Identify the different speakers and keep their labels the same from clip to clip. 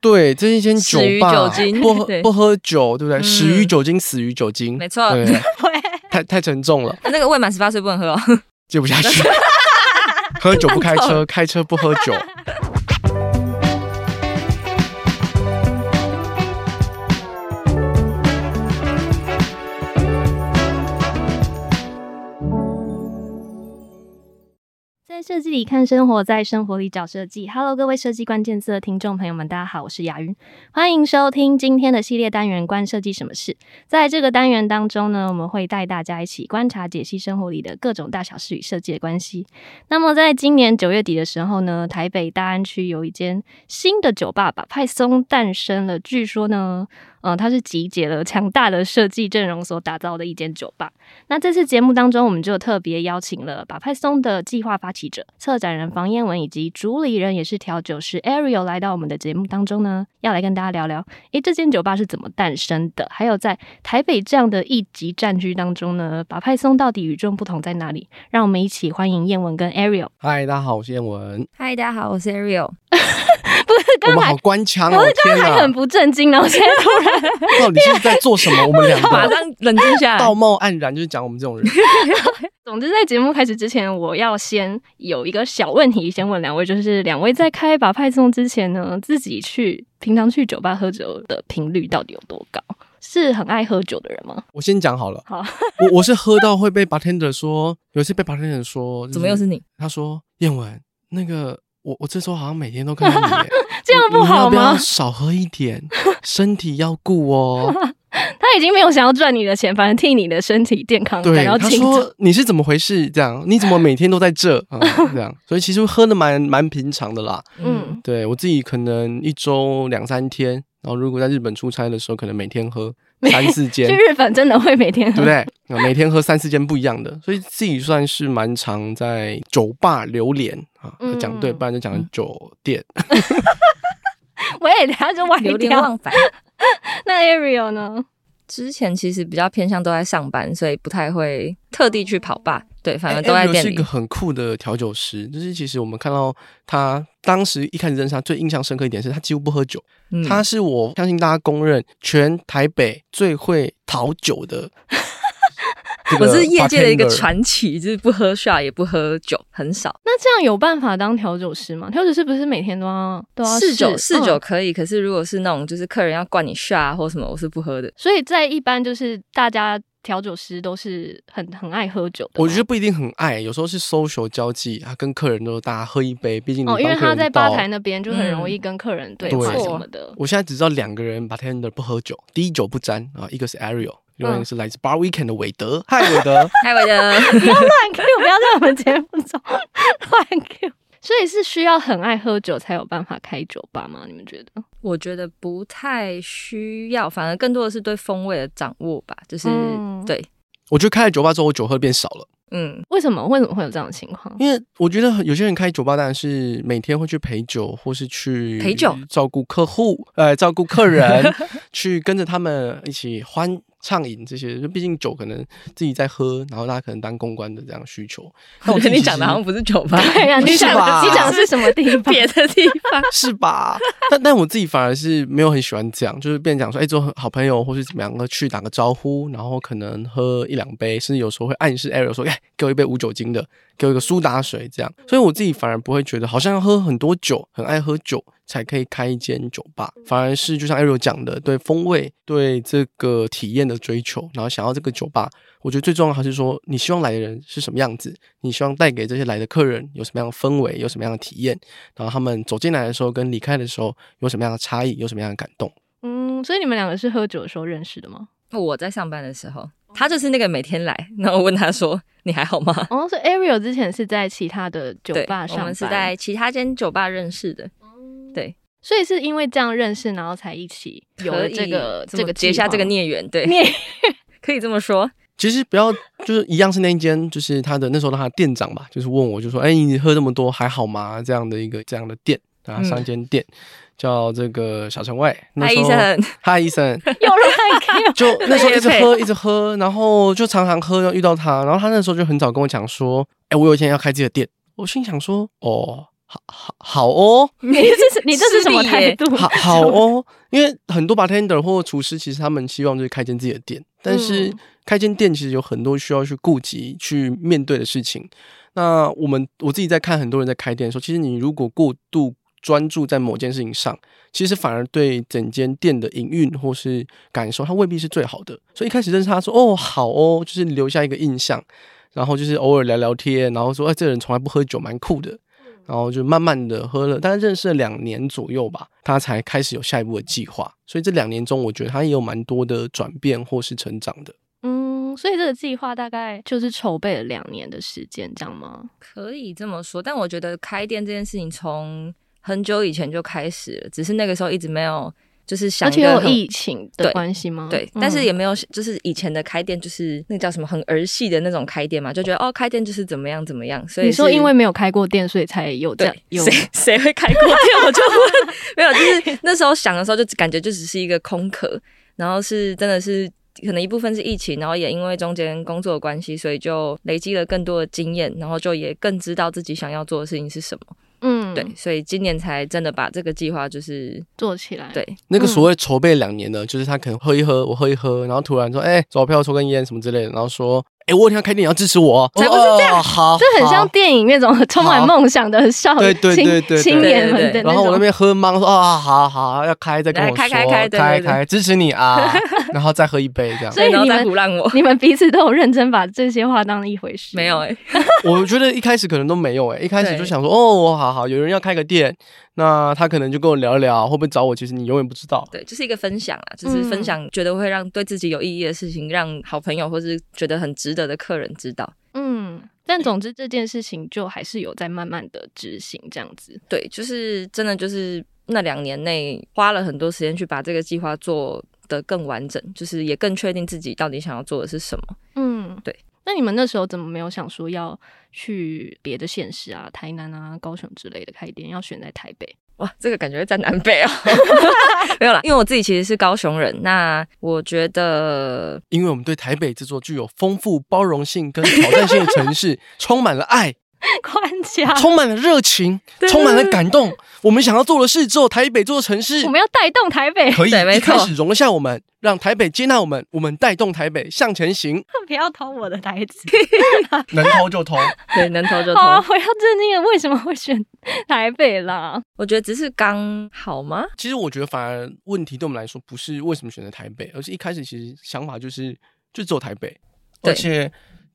Speaker 1: 对，这是一间酒
Speaker 2: 死于
Speaker 1: 吧，
Speaker 2: 酒精
Speaker 1: 不喝
Speaker 2: 对
Speaker 1: 不喝酒，对不对？
Speaker 2: 嗯
Speaker 1: 死于酒精，死于酒精，
Speaker 2: 没错
Speaker 1: 对，太太沉重了，
Speaker 2: 那个未满十八岁不能 喝、哦。
Speaker 1: 接不下去。 喝酒不开车，开车不喝酒。
Speaker 3: 在设计里看生活，在生活里找设计。Hello，各位设计关键字的听众朋友们，大家好，我是雅云，欢迎收听今天的系列单元“关设计什么事”。在这个单元当中呢，我们会带大家一起观察、解析生活里的各种大小事与设计的关系。那么，在今年九月底的时候呢，台北大安区有一间新的酒吧把派松诞生了。据说呢，呃，它是集结了强大的设计阵容所打造的一间酒吧。那这次节目当中，我们就特别邀请了把派松的计划发起者、策展人房燕文以及主理人也是调酒师 Ariel 来到我们的节目当中呢，要来跟大家聊聊，诶，这间酒吧是怎么诞生的？还有在台北这样的一级战区当中呢，把派松到底与众不同在哪里？让我们一起欢迎燕文跟 Ariel。
Speaker 1: 嗨，大家好，我是燕文。
Speaker 2: 嗨，大家好，我是 Ariel。
Speaker 3: 不是
Speaker 1: 我
Speaker 3: 刚
Speaker 1: 们
Speaker 3: 才
Speaker 1: 好。官腔哦
Speaker 3: 不是，刚
Speaker 1: 天
Speaker 3: 才很
Speaker 1: 哪！
Speaker 3: 不正经，然后现在突然
Speaker 1: 到底是在做什么？我们 两
Speaker 2: 马
Speaker 1: 个
Speaker 2: 上冷静下来
Speaker 1: 道。貌岸然，就是讲我们这种人。
Speaker 3: 总之，在节目开始之前，我要先有一个小问题，先问两位，就是两位在开把派送之前呢，自己去平常去酒吧喝酒的频率到底有多高？是很爱喝酒的人吗？
Speaker 1: 我先讲好了，
Speaker 3: 好，
Speaker 1: 我我是喝到会被 bartender 说，有一次被 bartender 说，就
Speaker 2: 怎么又是 你？
Speaker 1: 他说燕文，那个我我这周好像每天都看到你耶，
Speaker 3: 这样不好
Speaker 1: 你要不要
Speaker 3: 吗？
Speaker 1: 少喝一 点，身体要顾哦。
Speaker 3: 他已经没有想要赚你的钱，反正替你的身体健康
Speaker 1: 对
Speaker 3: 感，到
Speaker 1: 他
Speaker 3: 庆祝。
Speaker 1: 说你是怎么回事？这样你怎么每天都在这？啊、这 样，所以其实喝的蛮蛮平常的啦。
Speaker 3: 嗯，
Speaker 1: 对我自己可能一周两三天，然后如果在日本出差的时候，可能每天喝三四间
Speaker 3: 去，日本真的会每天
Speaker 1: 对不
Speaker 3: 喝，
Speaker 1: 对？啊每天喝三四间不一样的，所以自己算是蛮常在酒吧流连啊。
Speaker 3: 嗯
Speaker 1: 讲对，不然就讲
Speaker 2: 嗯
Speaker 1: 酒店。
Speaker 3: 喂，等下就歪
Speaker 2: 流连
Speaker 3: 掉。
Speaker 2: 忘返。
Speaker 3: 那 Ariel 呢？
Speaker 2: 之前其实比较偏向都在上班，所以不太会特地去跑吧。对，反正
Speaker 1: 哎
Speaker 2: 都在
Speaker 1: Ariel
Speaker 2: 店
Speaker 1: 是一
Speaker 2: 里
Speaker 1: 个。很酷的调酒师，就是其实我们看到他当时一开始认识他，最印象深刻一点是他几乎不喝酒。
Speaker 2: 嗯
Speaker 1: 他是我相信大家公认全台北最会讨酒 的这个
Speaker 2: 我
Speaker 1: bartender。
Speaker 2: 是业界的一个传奇，就是不喝 shot 也不喝酒，很少。
Speaker 3: 那这样有办法当调酒师吗？调酒师不是每天都要都要
Speaker 2: 试酒试酒
Speaker 3: 嗯
Speaker 2: 可以，可是如果是那种就是客人要灌你 shot 啊或什么，我是不喝的。
Speaker 3: 所以在一般就是大家调酒师都是很很爱喝酒的吗。
Speaker 1: 我觉得不一定很爱，有时候是 social 交际，啊，跟客人都大家喝一杯，毕竟你
Speaker 3: 哦，因为
Speaker 1: 帮客
Speaker 3: 他
Speaker 1: 人
Speaker 3: 在吧
Speaker 1: 倒
Speaker 3: 台。那边就很容易跟客人对话
Speaker 1: 嗯对
Speaker 3: 什么 的。
Speaker 1: 我现在只知道两个人 bartender 不喝酒，第一酒不沾啊，一个是 Ariel，另
Speaker 2: 嗯
Speaker 1: 外一个是来自 Bar Weekend 的韦德。嗨，韦 德，
Speaker 2: 嗨，我的
Speaker 3: 乱 Q，不要在我们节目中 乱 Q。所 以是需要很爱喝酒才有办法开酒吧吗？你们觉得？
Speaker 2: 我觉得不太需要，反而更多的是对风味的掌握吧。就是、
Speaker 3: 嗯
Speaker 2: 对，
Speaker 1: 我觉得开了酒吧之后，我酒喝变少了，
Speaker 2: 嗯，
Speaker 3: 为什么？为什么会有这样的情况？
Speaker 1: 因为我觉得很有些人开酒吧当然是每天会去陪酒，或是去
Speaker 2: 陪酒
Speaker 1: 照顾客户，呃，照顾客 人，去跟着他们一起欢畅饮这些。就毕竟酒可能自己在喝，然后大家可能当公关的这样需求。那
Speaker 2: 我
Speaker 1: 我
Speaker 2: 觉
Speaker 1: 自己
Speaker 2: 得你
Speaker 1: 其
Speaker 2: 讲的
Speaker 1: 实
Speaker 2: 好像不是酒吧，啊
Speaker 3: 对 呀，你
Speaker 1: 是
Speaker 3: 想
Speaker 1: 吧
Speaker 3: 你讲是什么地方？
Speaker 2: 别的地方。
Speaker 1: 是吧？但但我自己反而是没有很喜欢这样，就是变成讲说，哎、做好朋友或是怎么样，去打个招呼，然后可能喝一两杯，甚至有时候会暗示 Ariel 说，哎、给我一杯无酒精的，给我一个苏打水这样。所以我自己反而不会觉得好像要喝很多酒，很爱喝酒才可以开一间酒吧，反而是就像 Ariel 讲的，对风味、对这个体验的追求，然后想要这个酒吧。我觉得最重要还是说，你希望来的人是什么样子，你希望带给这些来的客人有什么样的氛围，有什么样的体验，然后他们走进来的时候跟离开的时候有什么样的差异，有什么样的感动。
Speaker 3: 嗯，所以你们两个是喝酒的时候认识的吗？
Speaker 2: 我在上班的时候，他就是那个每天来，那我问他说你还好吗？
Speaker 3: 哦，所以 Ariel 之前是在其他的酒
Speaker 2: 对，
Speaker 3: 吧
Speaker 2: 我
Speaker 3: 上班，
Speaker 2: 们是在其他间酒吧认识的，
Speaker 3: 所以是因为这样认识，然后才一起有了
Speaker 2: 可以
Speaker 3: 这个
Speaker 2: 么
Speaker 3: 这个
Speaker 2: 结下
Speaker 3: 计划
Speaker 2: 这个孽缘，对，
Speaker 3: 孽
Speaker 2: 可以这么说。
Speaker 1: 其实不要，就是一样是那一间，就是他的那时候他的店长吧，就是问我就说，哎，你喝这么多还好吗？这样的一个这样的店啊，
Speaker 2: 嗯
Speaker 1: 上一间店、叫这个小城外。那
Speaker 2: 嗨，
Speaker 1: 时
Speaker 2: 医
Speaker 1: 候
Speaker 2: 生，
Speaker 1: 嗨，医生，
Speaker 3: 又乱哦 Q，
Speaker 1: 就那时候一直
Speaker 2: 业
Speaker 1: 喝，一直喝，然后就常常喝，然后遇到他，然后他那时候就很早跟我讲说，哎、我有一天要开自己的店。我心想说，哦，好好好哦，
Speaker 3: 你这是你这是什么
Speaker 2: 吃力
Speaker 3: 态
Speaker 2: 耶
Speaker 3: 度？
Speaker 1: 好好哦，因为很多 bartender 或厨师其实他们希望就是开间自己的店，但是
Speaker 3: 嗯
Speaker 1: 开间店其实有很多需要去顾及、去面对的事情。那我们我自己在看很多人在开店的时候，其实你如果过度专注在某件事情上，其实反而对整间店的营运或是感受，它未必是最好的。所以一开始认识他说哦好哦，就是留下一个印象，然后就是偶尔聊聊天，然后说哎这个人从来不喝酒，蛮酷的。然后就慢慢的喝了，大概认识了两年左右吧，他才开始有下一步的计划。所以这两年中，我觉得他也有蛮多的转变或是成长的。
Speaker 3: 嗯，所以这个计划大概就是筹备了两年的时间，这样吗？
Speaker 2: 可以这么说，但我觉得开店这件事情从很久以前就开始了，只是那个时候一直没有就是想
Speaker 3: 而
Speaker 2: 一
Speaker 3: 且
Speaker 2: 个
Speaker 3: 有
Speaker 2: 很
Speaker 3: 疫情的
Speaker 2: 对
Speaker 3: 关系吗？
Speaker 2: 对，
Speaker 3: 嗯
Speaker 2: 但是也没有，就是以前的开店，就是那个叫什么很儿戏的那种开店嘛，就觉得哦，开店就是怎么样怎么样。所以
Speaker 3: 你说
Speaker 2: 是
Speaker 3: 因为没有开过店，所以才有这样
Speaker 2: 对，
Speaker 3: 有
Speaker 2: 谁谁会开锅店？我就问，没有，就是那时候想的时候，就感觉就只是一个空壳，然后是真的是可能一部分是疫情，然后也因为中间工作的关系，所以就累积了更多的经验，然后就也更知道自己想要做的事情是什么。
Speaker 3: 嗯
Speaker 2: 对，所以今年才真的把这个计划就是
Speaker 3: 做起来
Speaker 2: 对。
Speaker 1: 那个所谓筹备两年呢，就是他可能喝一喝，我喝一喝，然后突然说，哎、走，陪我抽根烟什么之类的，然后说，哎、我有一天要开店，你要支持我哦。
Speaker 2: 才
Speaker 1: 我说
Speaker 2: 不是这
Speaker 1: 哦、好，
Speaker 3: 这很像
Speaker 1: 好。
Speaker 3: 电影那种充满梦想的少
Speaker 1: 对对
Speaker 3: 青
Speaker 1: 对对对
Speaker 3: 青年们的
Speaker 2: 对
Speaker 1: 然后我那
Speaker 3: 种。
Speaker 1: 边喝懵，说啊，好好要开，再跟我
Speaker 2: 来
Speaker 1: 说，
Speaker 2: 开开开对
Speaker 1: 开
Speaker 2: 对对
Speaker 1: 开支持你 啊，然后再喝一杯这样。
Speaker 3: 所以
Speaker 2: 然后
Speaker 3: 你
Speaker 2: 再
Speaker 3: 们
Speaker 2: 胡乱我，
Speaker 3: 你们彼此都有认真把这些话当一回事，
Speaker 2: 没有
Speaker 1: 欸
Speaker 2: 哎、
Speaker 1: 我觉得一开始可能都没有欸诶、一开始就
Speaker 2: 对
Speaker 1: 想说哦，好好，有人要开个店，那他可能就跟我聊一聊，会不会找我？其实你永远不知道。
Speaker 2: 对，就是一个分享啊，就是
Speaker 3: 嗯
Speaker 2: 分享，觉得会让对自己有意义的事情，让好朋友或是觉得很值得的客人知道。
Speaker 3: 嗯，但总之这件事情就还是有在慢慢的执行这样子。
Speaker 2: 对，就是真的就是那两年内花了很多时间去把这个计划做得更完整，就是也更确定自己到底想要做的是什么。
Speaker 3: 嗯，
Speaker 2: 对。
Speaker 3: 那你们那时候怎么没有想说要去别的县市啊，台南啊、高雄之类的开店，要选在台 北？
Speaker 2: 哇，这个感觉会在南北哦， 没有啦，因为我自己其实是高雄人，那我觉得
Speaker 1: 因为我们对台北这座具有丰富包容性跟挑战性的城市， 充满了爱，
Speaker 3: 关卡，
Speaker 1: 充满了热情，充满了感动。我们想要做的事，只有台北这座城市
Speaker 3: 我们要带动 台北，
Speaker 1: 可以
Speaker 2: 对没
Speaker 1: 一开
Speaker 2: 错
Speaker 1: 始容得下我们，让台北接纳我们，我们带动台北向前 行，
Speaker 3: 不要偷我的台词。
Speaker 1: 能偷就偷。
Speaker 2: 对能投就投，
Speaker 3: 好、啊， 我要震惊了，为什么会选台北啦？
Speaker 2: 我觉得只是刚好吗？
Speaker 1: 其实我觉得，反而问题对我们来说不是为什么选择台北，而是一开始其实想法就是就只有台北，
Speaker 2: 对
Speaker 1: 而且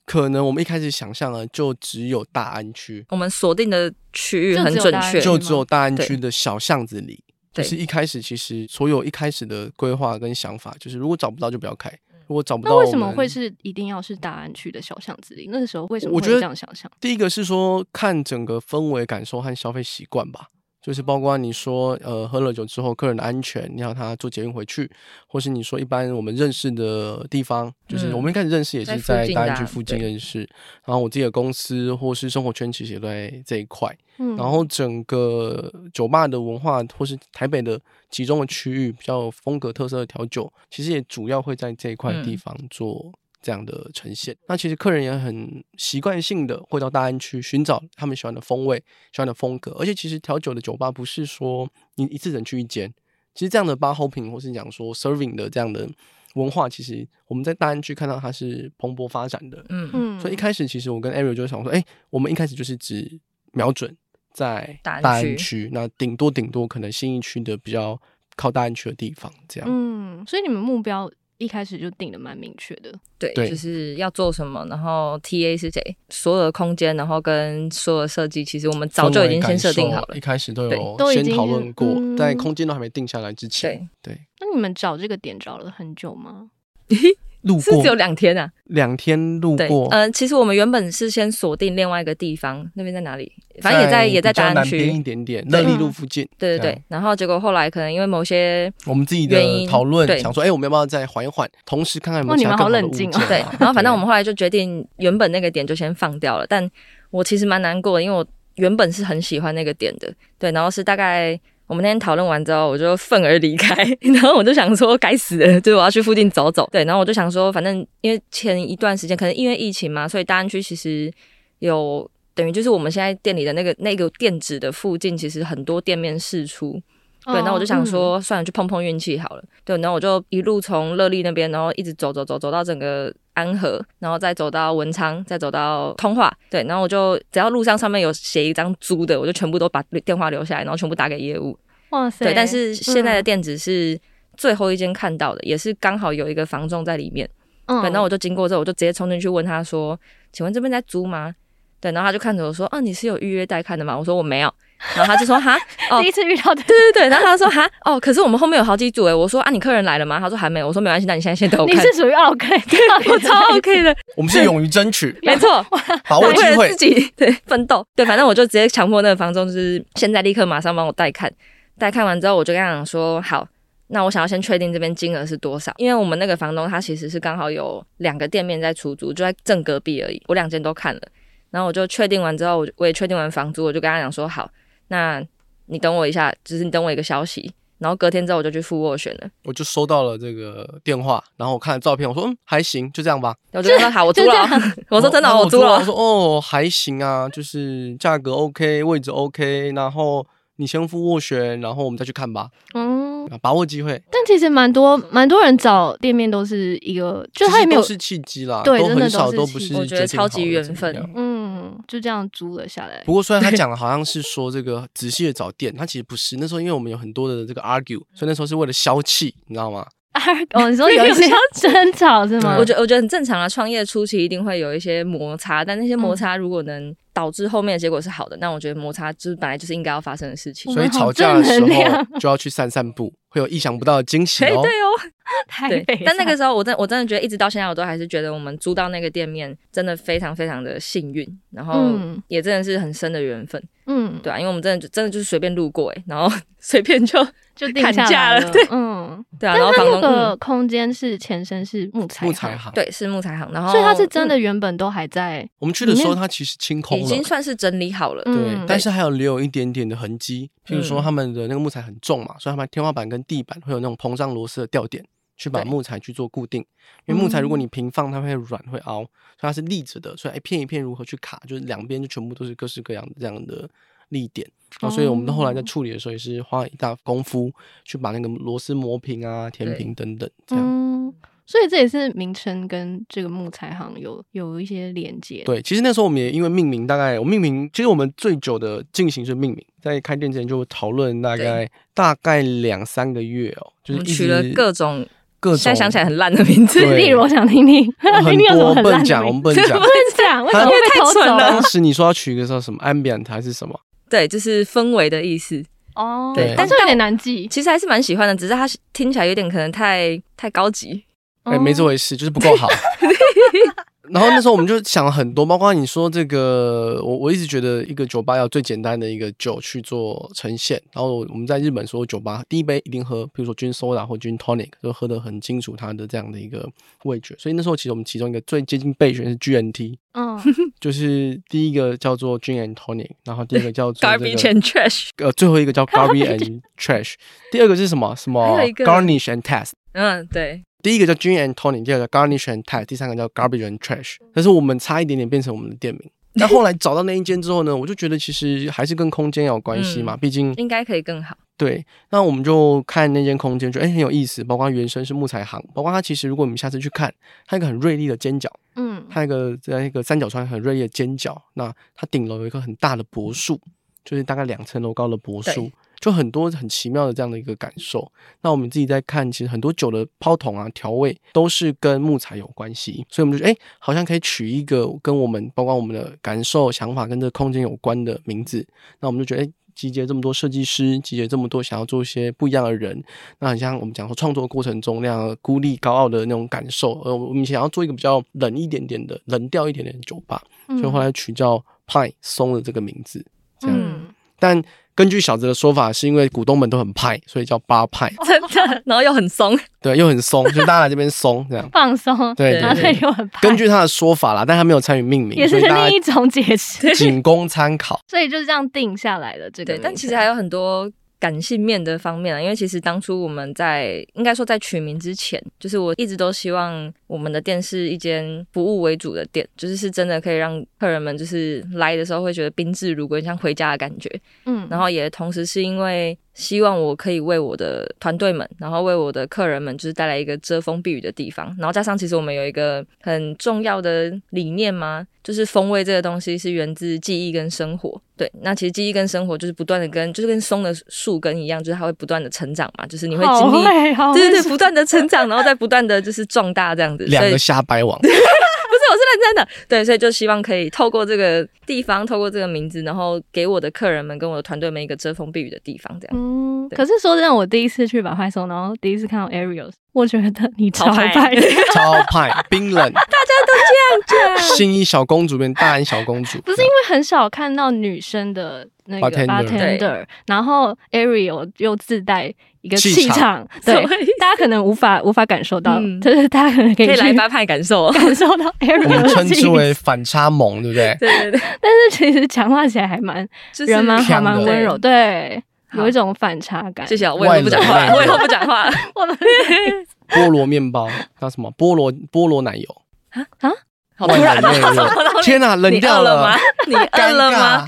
Speaker 1: 可能我们一开始想象的就只有大安区，
Speaker 2: 我们锁定的区域
Speaker 3: 就
Speaker 2: 很
Speaker 3: 只有
Speaker 2: 准
Speaker 3: 大
Speaker 2: 确，
Speaker 3: 安区
Speaker 1: 就
Speaker 3: 吗
Speaker 1: 只有大安
Speaker 2: 对
Speaker 1: 区的小巷子里。就
Speaker 2: 对
Speaker 1: 是一开始其实所有一开始的规划跟想法，就是如果找不到就不要开，如果找不到
Speaker 3: 那
Speaker 1: 我
Speaker 3: 为
Speaker 1: 们，
Speaker 3: 什么会是一定要是大安区的小巷子里？那个时候为什么
Speaker 1: 我
Speaker 3: 会
Speaker 1: 觉得
Speaker 3: 这样想象？
Speaker 1: 第一个是说看整个氛围感受和消费习惯吧，就是包括你说呃喝了酒之后客人的安全，你要他坐捷运回去，或是你说一般我们认识的地方，就是
Speaker 2: 嗯
Speaker 1: 我们一开始认识也是在
Speaker 2: 在附近的
Speaker 1: 大
Speaker 2: 啊
Speaker 1: 安区附近
Speaker 2: 对
Speaker 1: 认识，然后我自己的公司或是生活圈其实也都在这一块，
Speaker 3: 嗯
Speaker 1: 然后整个酒吧的文化，或是台北的集中的区域比较有风格特色的调酒，其实也主要会在这一块地
Speaker 2: 嗯
Speaker 1: 方做这样的呈现。那其实客人也很习惯性的会到大安区寻找他们喜欢的风味、喜欢的风格，而且其实调酒的酒吧不是说你一次只能去一间，其实这样的 bar hopping 或是讲说 serving 的这样的文化，其实我们在大安区看到它是蓬勃发展的。
Speaker 2: 嗯，
Speaker 3: 嗯
Speaker 1: 所以一开始其实我跟 Ariel 就想说，哎、我们一开始就是只瞄准在
Speaker 2: 大安
Speaker 1: 大安
Speaker 2: 区
Speaker 1: 区，那顶多顶多可能新一区的比较靠大安区的地方这样。
Speaker 3: 嗯，所以你们目标一开始就定的蛮明确的。
Speaker 2: 对，
Speaker 1: 对
Speaker 2: 就是要做什么，然后 TA 是谁，所有的空间，然后跟所有的设计，其实我们早就已经先设定
Speaker 1: 氛围感
Speaker 2: 好了
Speaker 1: 受一。开始都
Speaker 2: 对
Speaker 1: 有
Speaker 3: 都已
Speaker 1: 先
Speaker 3: 经
Speaker 1: 讨论过，
Speaker 3: 嗯
Speaker 1: 在空间都还没定下来之前，
Speaker 2: 对，
Speaker 3: 那你们找这个点找了很久吗？
Speaker 1: 路
Speaker 2: 是只有
Speaker 1: 过
Speaker 2: 两天啊？
Speaker 1: 两天路
Speaker 2: 对，
Speaker 1: 过，
Speaker 2: 呃，其实我们原本是先锁定另外一个地方，那边在哪里？反正也在也在
Speaker 1: 比较
Speaker 2: 大安
Speaker 1: 南边一
Speaker 2: 区。
Speaker 1: 点点，
Speaker 2: 对
Speaker 1: 乐利路附近。
Speaker 2: 对对
Speaker 1: 这
Speaker 2: 对
Speaker 1: 样，，
Speaker 2: 然后结果后来可能因为某些
Speaker 1: 我们自己
Speaker 2: 原
Speaker 1: 的
Speaker 2: 因
Speaker 1: 讨论，
Speaker 2: 对
Speaker 1: 想说，哎、我们要不要再缓一缓，同时看看有没
Speaker 3: 哇
Speaker 1: 有
Speaker 3: 你
Speaker 1: 其他
Speaker 3: 们
Speaker 1: 更
Speaker 3: 好
Speaker 1: 的
Speaker 3: 冷
Speaker 1: 物
Speaker 3: 静哦
Speaker 1: 件啊
Speaker 2: 对， 然后反正我
Speaker 1: 对
Speaker 2: 们后来就决定原本那个点就先放掉了，但我其实蛮难过的，因为我原本是很喜欢那个点的，对，然后是大概。我们那天讨论完之后，我就愤而离开， 然后我就想说，该死的，就是我要去附近走走。对，然后我就想说，反正因为前一段时间可能因为疫情嘛，所以大安区其实有等于就是我们现在店里的那个那个店址的附近，其实很多店面试出。对，然后我
Speaker 3: 嗯
Speaker 2: 就想说，算了，去碰碰运气好了。对，然后我就一路从乐利那边，然后一直走走走走到整个安和，然后再走到文昌，再走到通化。对，然后我就只要路上上面有写一张租的，我就全部都把电话留下来，然后全部打给业务。
Speaker 3: 嗯，哇塞！
Speaker 2: 对，但是现在的店址是最后一间看到的，也是刚好有一个房仲在里面。
Speaker 3: 嗯，
Speaker 2: 对，然后我就经过之后，我就直接冲进去问他说：“请问这边在租吗？”对，然后他就看着我说：“哦、你是有预约带看的吗？”我说：“我没有。”然后他就说：“哈，哦
Speaker 3: 第一次遇到的，
Speaker 2: 对对对，然后他说哈哦，可是我们后面有好几组诶。我说啊，你客人来了吗？他说还没。我说没关系，那你现在 先等我
Speaker 3: 你
Speaker 2: 看。
Speaker 3: 是属于 OK，
Speaker 2: 我 超 OK 的，
Speaker 1: 我们是勇于争取，
Speaker 2: 没错，
Speaker 1: 把
Speaker 2: 我
Speaker 1: 哦握机
Speaker 2: 为了
Speaker 1: 会
Speaker 2: 自。己对奋斗，对，反正我就直接强迫那个房东，就是现在立刻马上帮我带看，带看完之后，我就跟他讲说好。那我想要先确定这边金额是多少，因为我们那个房东他其实是刚好有两个店面在出租，就在正隔壁而已。我两间都看了，然后我就确定完之后，我就我也确定完房租，我就跟他讲说好，那你等我一下，只、是你等我一个消息。然后隔天之后我就去付斡旋了，
Speaker 1: 我就收到了这个电话，然后我看了照片，我说嗯还行，就这样吧。
Speaker 2: 我就说好，我租
Speaker 3: 就
Speaker 2: 了
Speaker 3: 这
Speaker 2: 哦。 我说真的
Speaker 1: 然
Speaker 2: 哦，
Speaker 1: 后
Speaker 3: 啊
Speaker 2: 我租了
Speaker 1: 我
Speaker 2: 哦。
Speaker 1: 说哦还行啊，就是价格 OK，位置 OK，然后你先付斡旋，然后我们再去看吧，
Speaker 3: 嗯，
Speaker 1: 啊把握机会。
Speaker 3: 但其实蛮多蛮多人找店面都是一个，
Speaker 1: 其
Speaker 3: 就是
Speaker 1: 实
Speaker 3: 他也没有
Speaker 1: 都，是契机啦，
Speaker 3: 对
Speaker 1: 都
Speaker 3: 真的
Speaker 1: 很少
Speaker 3: 都
Speaker 1: 都
Speaker 3: 是
Speaker 1: 不
Speaker 3: 契
Speaker 1: 是
Speaker 3: 机
Speaker 2: 我觉得
Speaker 1: 决定好
Speaker 2: 超级
Speaker 1: 了
Speaker 2: 缘
Speaker 1: 怎么
Speaker 2: 分
Speaker 1: 样
Speaker 3: 嗯，就这样租了下来
Speaker 1: 不。过虽然他讲的好像是说这个仔细的找店，他其实不是。那时候因为我们有很多的这个 argue，所以那时候是为了消气，你知道吗？
Speaker 3: 哦，你说有 一些争吵是吗？
Speaker 2: 我觉得我觉得很正常啊，创业初期一定会有一些摩擦，但那些
Speaker 3: 嗯
Speaker 2: 摩擦如果能导致后面的结果是好的，那我觉得摩擦就是本来就是应该要发生的事情
Speaker 3: 我。
Speaker 1: 所
Speaker 3: 们
Speaker 1: 以吵
Speaker 3: 好
Speaker 1: 架的时
Speaker 3: 正能量
Speaker 1: 候就要去散散步，会有意想不到的惊喜
Speaker 2: 哎、
Speaker 1: 哦。
Speaker 2: 对哦，
Speaker 3: 台
Speaker 2: 对
Speaker 3: 北，，
Speaker 2: 但那个时候我真我真的觉得，一直到现在我都还是觉得我们租到那个店面真的非常非常的幸运，然后
Speaker 3: 嗯
Speaker 2: 也真的是很深的缘分，
Speaker 3: 嗯，
Speaker 2: 对啊，因为我们真的就真的就是随便路过哎、然后 随便就
Speaker 3: 就定下
Speaker 2: 砍价
Speaker 3: 来
Speaker 2: 了
Speaker 3: 了，
Speaker 2: 对
Speaker 3: 嗯。
Speaker 2: 对啊，
Speaker 3: 但
Speaker 2: 然后
Speaker 3: 它
Speaker 2: 房东、
Speaker 3: 那个
Speaker 2: 嗯、
Speaker 3: 空间是前身是木材
Speaker 1: 木材
Speaker 3: 行，
Speaker 1: 行，
Speaker 2: 对是木材哦行，然后
Speaker 3: 所以它是真
Speaker 2: 嗯
Speaker 3: 的原本都还在，
Speaker 1: 我们去的时
Speaker 3: 里
Speaker 1: 候
Speaker 3: 面
Speaker 1: 它其实清空
Speaker 2: 已
Speaker 1: 了，
Speaker 2: 经算是整理好了，
Speaker 1: 对
Speaker 3: 嗯，
Speaker 1: 但是还有留有一点点的痕迹，譬如说
Speaker 2: 嗯
Speaker 1: 他们的那个木材很重嘛，所以他们天花板跟地板会有那种膨胀螺丝的吊点，去把
Speaker 2: 对
Speaker 1: 木材去做固定。因为木材如果
Speaker 3: 嗯
Speaker 1: 你平放，它会软会凹，所以它是立着的，所以一片一片如何去卡，就是两边就全部都是各式各样的这样的立点。然后所以我们到后来在
Speaker 3: 哦
Speaker 1: 处理的时候，也是花了一大功夫去把那个螺丝磨平啊、填
Speaker 2: 对
Speaker 1: 平等等这样。
Speaker 3: 嗯，所以这也是名称跟这个木材行有有一些连接，
Speaker 1: 对，其实那时候我们也因为命名，大概我命名，其实我们最久的进行是命名，在开店之前就讨论大概大概两三个月哦，就是
Speaker 2: 我们
Speaker 1: 一
Speaker 2: 取了
Speaker 1: 直
Speaker 2: 各种，
Speaker 1: 各种，
Speaker 2: 现在想起来很烂的名字，
Speaker 1: 对哦
Speaker 3: 例如我想听听，
Speaker 1: 很
Speaker 3: 听听有什么
Speaker 1: 多
Speaker 3: 很
Speaker 1: 不能
Speaker 3: 烂的
Speaker 1: 讲，我
Speaker 3: 名
Speaker 1: 们
Speaker 3: 字，
Speaker 1: 不能讲
Speaker 3: 不。能讲，为什么
Speaker 1: 他
Speaker 3: 会被偷走
Speaker 2: 因为太
Speaker 1: 当时你说要取一个叫什么 ambient 还是什么？
Speaker 2: 对，就是氛围的意思。
Speaker 3: 哦，
Speaker 1: 对
Speaker 3: 但是有点难记，
Speaker 2: 其实还是蛮喜欢的，只是它听起来有点可能太太高级。
Speaker 1: 哎，没这
Speaker 3: 哦，
Speaker 1: 回事，就是不够 好。然后那时候我们就想了很多，包括你说这个，我我一直觉得一个酒吧要最简单的一个酒去做呈现。然后我们在日本所有酒吧，第一杯一定喝，比如说 gin soda 或 gin tonic，就喝得很清楚它的这样的一个味觉。所以那时候其实我们其中一个最接近备选是 GNT，
Speaker 3: 嗯，
Speaker 1: 就是第一个叫做 gin and tonic，然后第二个叫做、这个、
Speaker 2: Garbage and trash，
Speaker 1: 呃，最后一个叫 Garbage and Trash，第二个是什么？什么
Speaker 2: 还有一个
Speaker 1: 哦 Garnish and Test。
Speaker 2: 嗯，对，
Speaker 1: 第一个叫 Gin and Tony，第二个叫 Garnish and Test，第三个叫 Garbage and Trash。但是我们差一点点变成我们的店名。但后来找到那一间之后呢，我就觉得其实还是跟空间有关系嘛，毕竟
Speaker 2: 应该可以更好。
Speaker 1: 对。那我们就看那间空间，觉得哎很有意思，包括原生是木材行，包括它其实如果你们下次去看，它有一个很锐利的尖角，
Speaker 3: 嗯，
Speaker 1: 它有一个在一个三角窗很锐利的尖角，那它顶楼有一棵很大的柏树，就是大概两层楼高的柏树
Speaker 2: 对，
Speaker 1: 就很多很奇妙的这样的一个感受。那我们自己在看，其实很多酒的泡筒啊、调味都是跟木材有关系，所以我们就觉得，哎，好像可以取一个跟我们包括我们的感受、想法跟这个空间有关的名字。那我们就觉得，哎。集结这么多设计师，集结这么多想要做一些不一样的人，那很像我们讲说创作过程中那样孤立高傲的那种感受。呃，我们想要做一个比较冷一点点的、冷调一点点的酒吧，
Speaker 3: 嗯
Speaker 1: 所以后来取叫 Pine 松的这个名字。这样，
Speaker 3: 嗯，。
Speaker 1: 但根据小子的说法，是因为股东们都很派，所以叫八派。
Speaker 2: 真的，然后又很松，
Speaker 1: 对，又很松，就大家来这边松这样
Speaker 3: 放松，
Speaker 1: 对对
Speaker 3: 然后这
Speaker 1: 对
Speaker 3: 里，又很怕
Speaker 1: 根据他的说法啦，但他没有参与命名，
Speaker 3: 也
Speaker 1: 所
Speaker 3: 是
Speaker 1: 以大
Speaker 3: 另
Speaker 1: 家
Speaker 3: 一种解释，
Speaker 1: 仅供参考。
Speaker 3: 所以就是这样定下来的这个
Speaker 2: 对
Speaker 3: 名，称，
Speaker 2: 但其实还有很多感性面的方面啊，因为其实当初我们在应该说在取名之前，就是我一直都希望我们的店是一间服务为主的店，就是是真的可以让客人们就是来的时候会觉得宾至如归，像回家的感觉。
Speaker 3: 嗯，
Speaker 2: 然后也同时是因为希望我可以为我的团队们，然后为我的客人们，就是带来一个遮风避雨的地方。然后加上，其实我们有一个很重要的理念嘛，就是风味这个东西是源自记忆跟生活。对，那其实记忆跟生活就是不断的跟，就是跟松的树根一样，就是它会不断的成长嘛，就是你会经
Speaker 3: 好
Speaker 2: 历。
Speaker 3: 会好
Speaker 2: 对对
Speaker 3: 会
Speaker 2: 对，不断的成长，然后再不断的就是壮大这样 子，
Speaker 1: 两
Speaker 2: 所以
Speaker 1: 个瞎掰王，
Speaker 2: 不是，我是认真的。对，所以就希望可以透过这个地方，透过这个名字，然后给我的客人们跟我的团队们一个遮风避雨的地方，这 样。
Speaker 3: 嗯，
Speaker 2: 对
Speaker 3: 可是说真的，我第一次去把派松，然后第一次看到 Ariel，我觉得你超
Speaker 2: 超派
Speaker 3: 派的，
Speaker 1: 超派冰冷，大家都这样讲。新一小公主变大一小公主，
Speaker 3: 不是因为很少看到女生的那个
Speaker 1: Bartender
Speaker 2: 对
Speaker 3: bartender，然后 Ariel 又自带一个
Speaker 1: 气
Speaker 3: 气场，对
Speaker 2: 什么意，
Speaker 3: 大家可能无法无法感受到，
Speaker 2: 嗯
Speaker 3: 就是大家可能可以
Speaker 2: 可以来
Speaker 3: 去。
Speaker 2: 八派感受哦
Speaker 3: 感受到
Speaker 1: 我们欸
Speaker 3: Ariel 的
Speaker 1: 称
Speaker 3: 气
Speaker 1: 之
Speaker 3: 场，
Speaker 1: 为反差萌，对不对？
Speaker 2: 对对对，
Speaker 3: 但是其实讲话起来还蛮
Speaker 2: 就是
Speaker 3: 人蛮好，
Speaker 1: 强的
Speaker 3: 蛮温柔，对，
Speaker 2: 好
Speaker 3: 有一种反差感。
Speaker 2: 谢谢啊，我以后不讲
Speaker 1: 外
Speaker 2: 话，
Speaker 1: 冷
Speaker 2: 我以后不讲话。
Speaker 3: 我们
Speaker 1: 菠萝面包，那什么菠萝菠萝奶油，
Speaker 2: 好突
Speaker 1: 外
Speaker 2: 然
Speaker 1: 冷内热
Speaker 2: 啊！
Speaker 1: 天哪，冷
Speaker 2: 你
Speaker 1: 掉
Speaker 2: 饿了吗
Speaker 1: 了，？
Speaker 2: 你饿
Speaker 1: 尴
Speaker 2: 了吗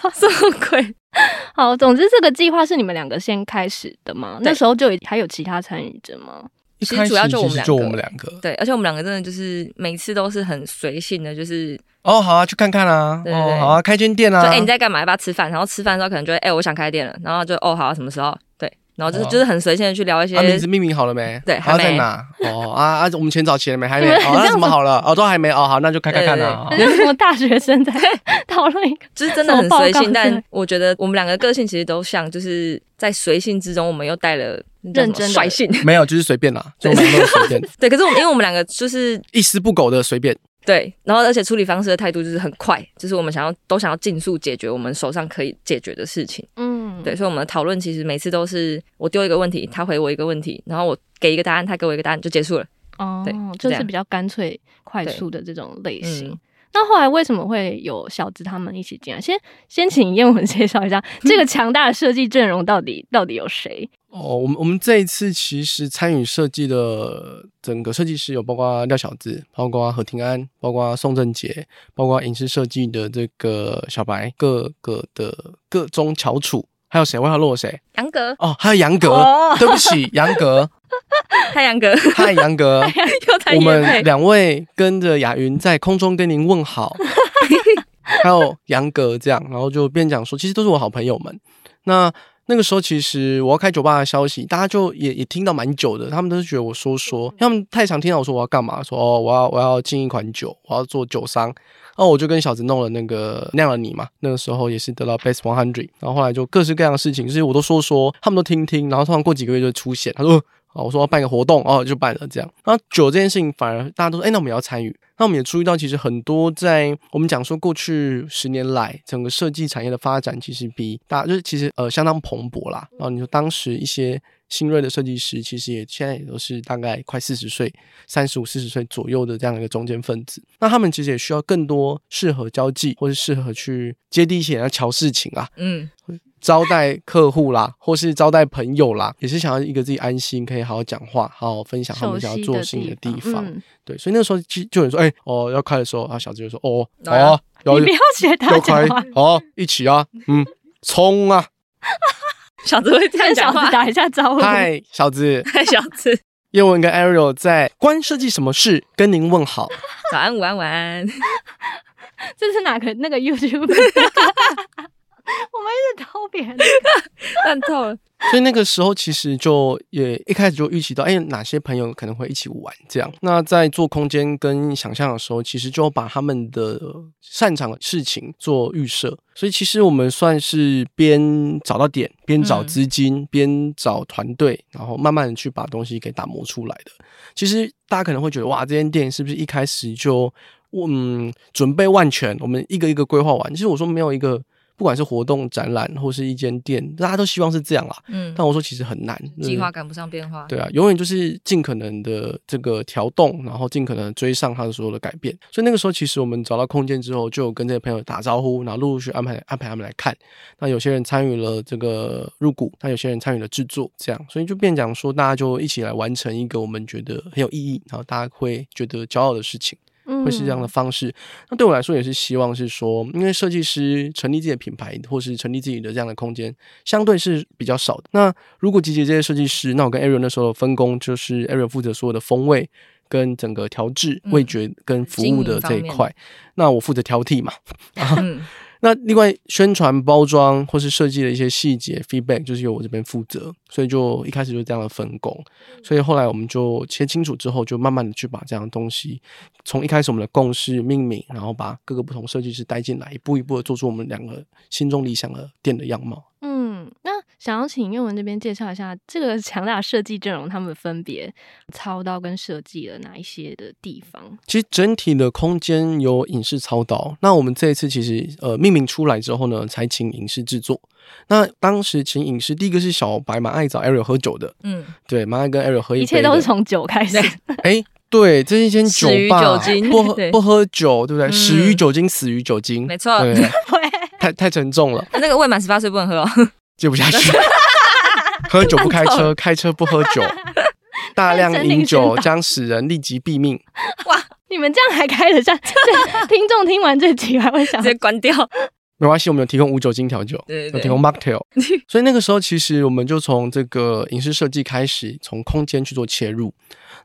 Speaker 1: 尬？。
Speaker 2: 什么鬼？
Speaker 3: 好，总之这个计划是你们两个先开始的嘛？那时候就已还有其他参与者吗？
Speaker 1: 一
Speaker 2: 其
Speaker 1: 开
Speaker 2: 实主要
Speaker 1: 始
Speaker 2: 就我们
Speaker 1: 其实
Speaker 2: 两
Speaker 1: 就
Speaker 2: 个
Speaker 1: 我们两个。
Speaker 2: 对，而且我们两个真的就是每次都是很随性的，就是
Speaker 1: 哦，好啊，去看看啊。
Speaker 2: 对对
Speaker 1: 哦
Speaker 2: 对，
Speaker 1: 好啊，开间店
Speaker 2: 就
Speaker 1: 啊。
Speaker 2: 哎、你在干嘛？要不要吃饭？然后吃饭的时候可能就会哎、我想开店了，然后就哦好啊、什么时候？对，然后就是、
Speaker 1: 哦
Speaker 2: 就是很随性的去聊一些
Speaker 1: 啊，名字命名好了没？
Speaker 2: 对
Speaker 1: 还要
Speaker 2: 还
Speaker 1: 在
Speaker 2: 没
Speaker 1: 哪？哦啊啊，我们钱找齐了没？ 还没。
Speaker 3: 你们
Speaker 1: 哦，那什么好了？哦，都还没。哦，好，那就开开看啊。
Speaker 3: 那
Speaker 1: 哦
Speaker 3: 是什么大学生在 讨论一个？
Speaker 2: 就是真的很
Speaker 3: 什么
Speaker 2: 随
Speaker 3: 报告
Speaker 2: 性，
Speaker 3: 之类
Speaker 2: 但我觉得我们两个个性其实都像，就是在随性之中，我们又带了那叫什么
Speaker 3: 认真的
Speaker 2: 率性。
Speaker 1: 没有，就是随便啦，就蛮多随便，
Speaker 2: 对，可是我们因为我们两个就是
Speaker 1: 一丝不苟的随便。
Speaker 2: 对，然后而且处理方式的态度就是很快，就是我们想要都想要尽速解决我们手上可以解决的事情。
Speaker 3: 嗯，
Speaker 2: 对，，所以我们的讨论其实每次都是我丢一个问题，他回我一个问题，然后我给一个答案，他给我一个答案就结束了。
Speaker 3: 哦
Speaker 2: 对，这
Speaker 3: 就是
Speaker 2: 样
Speaker 3: 比较干脆快速的这种类型
Speaker 2: 嗯。
Speaker 3: 那后来为什么会有小资他们一起进来？先先请燕文介绍一下
Speaker 2: 嗯
Speaker 3: 这个强大的设计阵容到底到底有谁？
Speaker 1: 哦，我们我们这一次其实参与设计的整个设计师有包括廖小子，包括何庭安，包括宋正杰，包括影视设计的这个小白，各个的各中翘楚，还有谁？我还有落谁？
Speaker 2: 杨格，
Speaker 1: 哦，还有杨格，
Speaker 3: 哦
Speaker 1: 对不起，杨格，
Speaker 2: 太阳格
Speaker 1: 嗨，杨格，
Speaker 2: 又在
Speaker 1: 我
Speaker 2: 夜
Speaker 1: 们
Speaker 2: 配，
Speaker 1: 两位跟着雅云在空中跟您问好，还有杨格这样，然后就边讲说，其实都是我好朋友们。那那个时候，其实我要开酒吧的消息，大家就也也听到蛮久的，他们都是觉得我说说，因为他们太常听到我说我要干嘛，说哦，我要我要进一款酒，我要做酒商。哦，我就跟小子弄了那个酿了你嘛，那个时候也是得到 Best One Hundred，然后后来就各式各样的事情，就是我都说说，他们都听听，然后通常过几个月就会出现。他说，啊，我说要办一个活动，哦，就办了这样。那酒这件事情反而大家都说，哎，那我们也要参与。那我们也注意到，其实很多在我们讲说过去十年来，整个设计产业的发展，其实比大就是其实呃相当蓬勃啦。然后你说当时一些新锐的设计师，其实也现在也都是大概快四十岁、三十五、四十岁左右的这样一个中间分子。那他们其实也需要更多适合交际，或是适合去接地气，然后瞧事情啊，
Speaker 2: 嗯，
Speaker 1: 招待客户啦，或是招待朋友啦，也是想要一个自己安心，可以好好讲话，好好分享他
Speaker 3: 熟
Speaker 1: 们想
Speaker 3: 悉
Speaker 1: 要做事情的地方。
Speaker 3: 嗯
Speaker 1: 对，所以那个时候就就有人说，哎、哦，要开的时候啊，小子就说，哦，好
Speaker 2: 来啊
Speaker 1: 啊，要
Speaker 3: 你不要学他
Speaker 1: 要
Speaker 3: 讲
Speaker 1: 开
Speaker 3: 话，，
Speaker 1: 好啊，一起啊，嗯，冲 啊，
Speaker 2: 小子会这样
Speaker 3: 跟小
Speaker 2: 讲
Speaker 3: 子
Speaker 2: 话，
Speaker 3: 打一下招呼。
Speaker 1: 嗨，小子，
Speaker 2: 太小子，
Speaker 1: 叶文跟 Ariel 在关设计什么事，跟您问好。
Speaker 2: 早安、午安、晚安。
Speaker 3: 这是哪个那个 YouTube？我们一直偷别人的，
Speaker 2: 烂透了。
Speaker 1: 所以那个时候其实就也一开始就预期到，哎，哪些朋友可能会一起玩这样。那在做空间跟想象的时候，其实就把他们的擅长的事情做预设。所以其实我们算是边找到点，边找
Speaker 2: 嗯
Speaker 1: 资金，边找团队，然后慢慢的去把东西给打磨出来的。其实大家可能会觉得，哇，这间店是不是一开始就嗯准备万全，我们一个一个规划完？其实我说没有一个不管是活动、展览或是一间店，大家都希望是这样啦。
Speaker 2: 嗯，
Speaker 1: 但我说其实很难，就是
Speaker 2: 计划赶不上变化，
Speaker 1: 对啊，永远就是尽可能的这个调动，然后尽可能追上它的所有的改变。所以那个时候，其实我们找到空间之后，就有跟这些朋友打招呼，然后陆陆续续安排安排他们来看。那有些人参与了这个入股，那有些人参与了制作，这样，所以就变讲说，大家就一起来完成一个我们觉得很有意义，然后大家会觉得骄傲的事情。
Speaker 2: 嗯
Speaker 1: 会是这
Speaker 3: 嗯
Speaker 1: 样的方式。那对我来说也是希望是说，因为设计师成立自己的品牌或是成立自己的这样的空间，相对是比较少的。那如果集结这些设计师，那我跟 Ariel 那时候的分工就是 Ariel 负责所有的风味。跟整个调制、
Speaker 2: 嗯
Speaker 1: 味觉跟服务的这一块，那我负责挑剔嘛。
Speaker 2: 嗯，
Speaker 1: 那另外宣传、包装或是设计的一些细节 feedback，就是由我这边负责，所以就一开始就这样的分工。
Speaker 3: 嗯
Speaker 1: 所以后来我们就切清楚之后，就慢慢的去把这样的东西，从一开始我们的共识命名，然后把各个不同设计师带进来，一步一步的做出我们两个心中理想的店的样貌。
Speaker 3: 嗯，那想要请英文这边介绍一下这个强大的设计阵容，他们分别操刀跟设计了哪一些的地方？
Speaker 1: 其实整体的空间由影视操刀。那我们这一次其实呃命名出来之后呢，才请影视制作。那当时请影视，第一个是小白蛮爱找 Ariel 喝酒的，
Speaker 2: 嗯，
Speaker 1: 对，蛮爱跟 Ariel 喝一杯的，
Speaker 3: 一切都是从酒开 始。
Speaker 1: 哎，对，这是一间酒
Speaker 2: 死于
Speaker 1: 吧，
Speaker 2: 酒精
Speaker 1: 不喝
Speaker 2: 对
Speaker 1: 不喝酒，对不对？
Speaker 2: 嗯
Speaker 1: 死于酒精，死于酒精，
Speaker 2: 没错
Speaker 1: 对，太太沉重了，
Speaker 2: 那个未满十八岁不能喝哦，
Speaker 1: 接不下去。喝酒不开车，开车不喝 酒，大量饮酒将使人立即毙命。
Speaker 3: 你们这样还开得 下？这听众听完这集还会想
Speaker 2: 直，接关掉，
Speaker 1: 没关系，我们有提供无酒精调酒，
Speaker 2: 对
Speaker 1: 有
Speaker 2: 对
Speaker 1: 提
Speaker 2: 对
Speaker 1: 供，mocktail，所以 那个时候其实我们就从这个影视设计开始，从空间去做切入。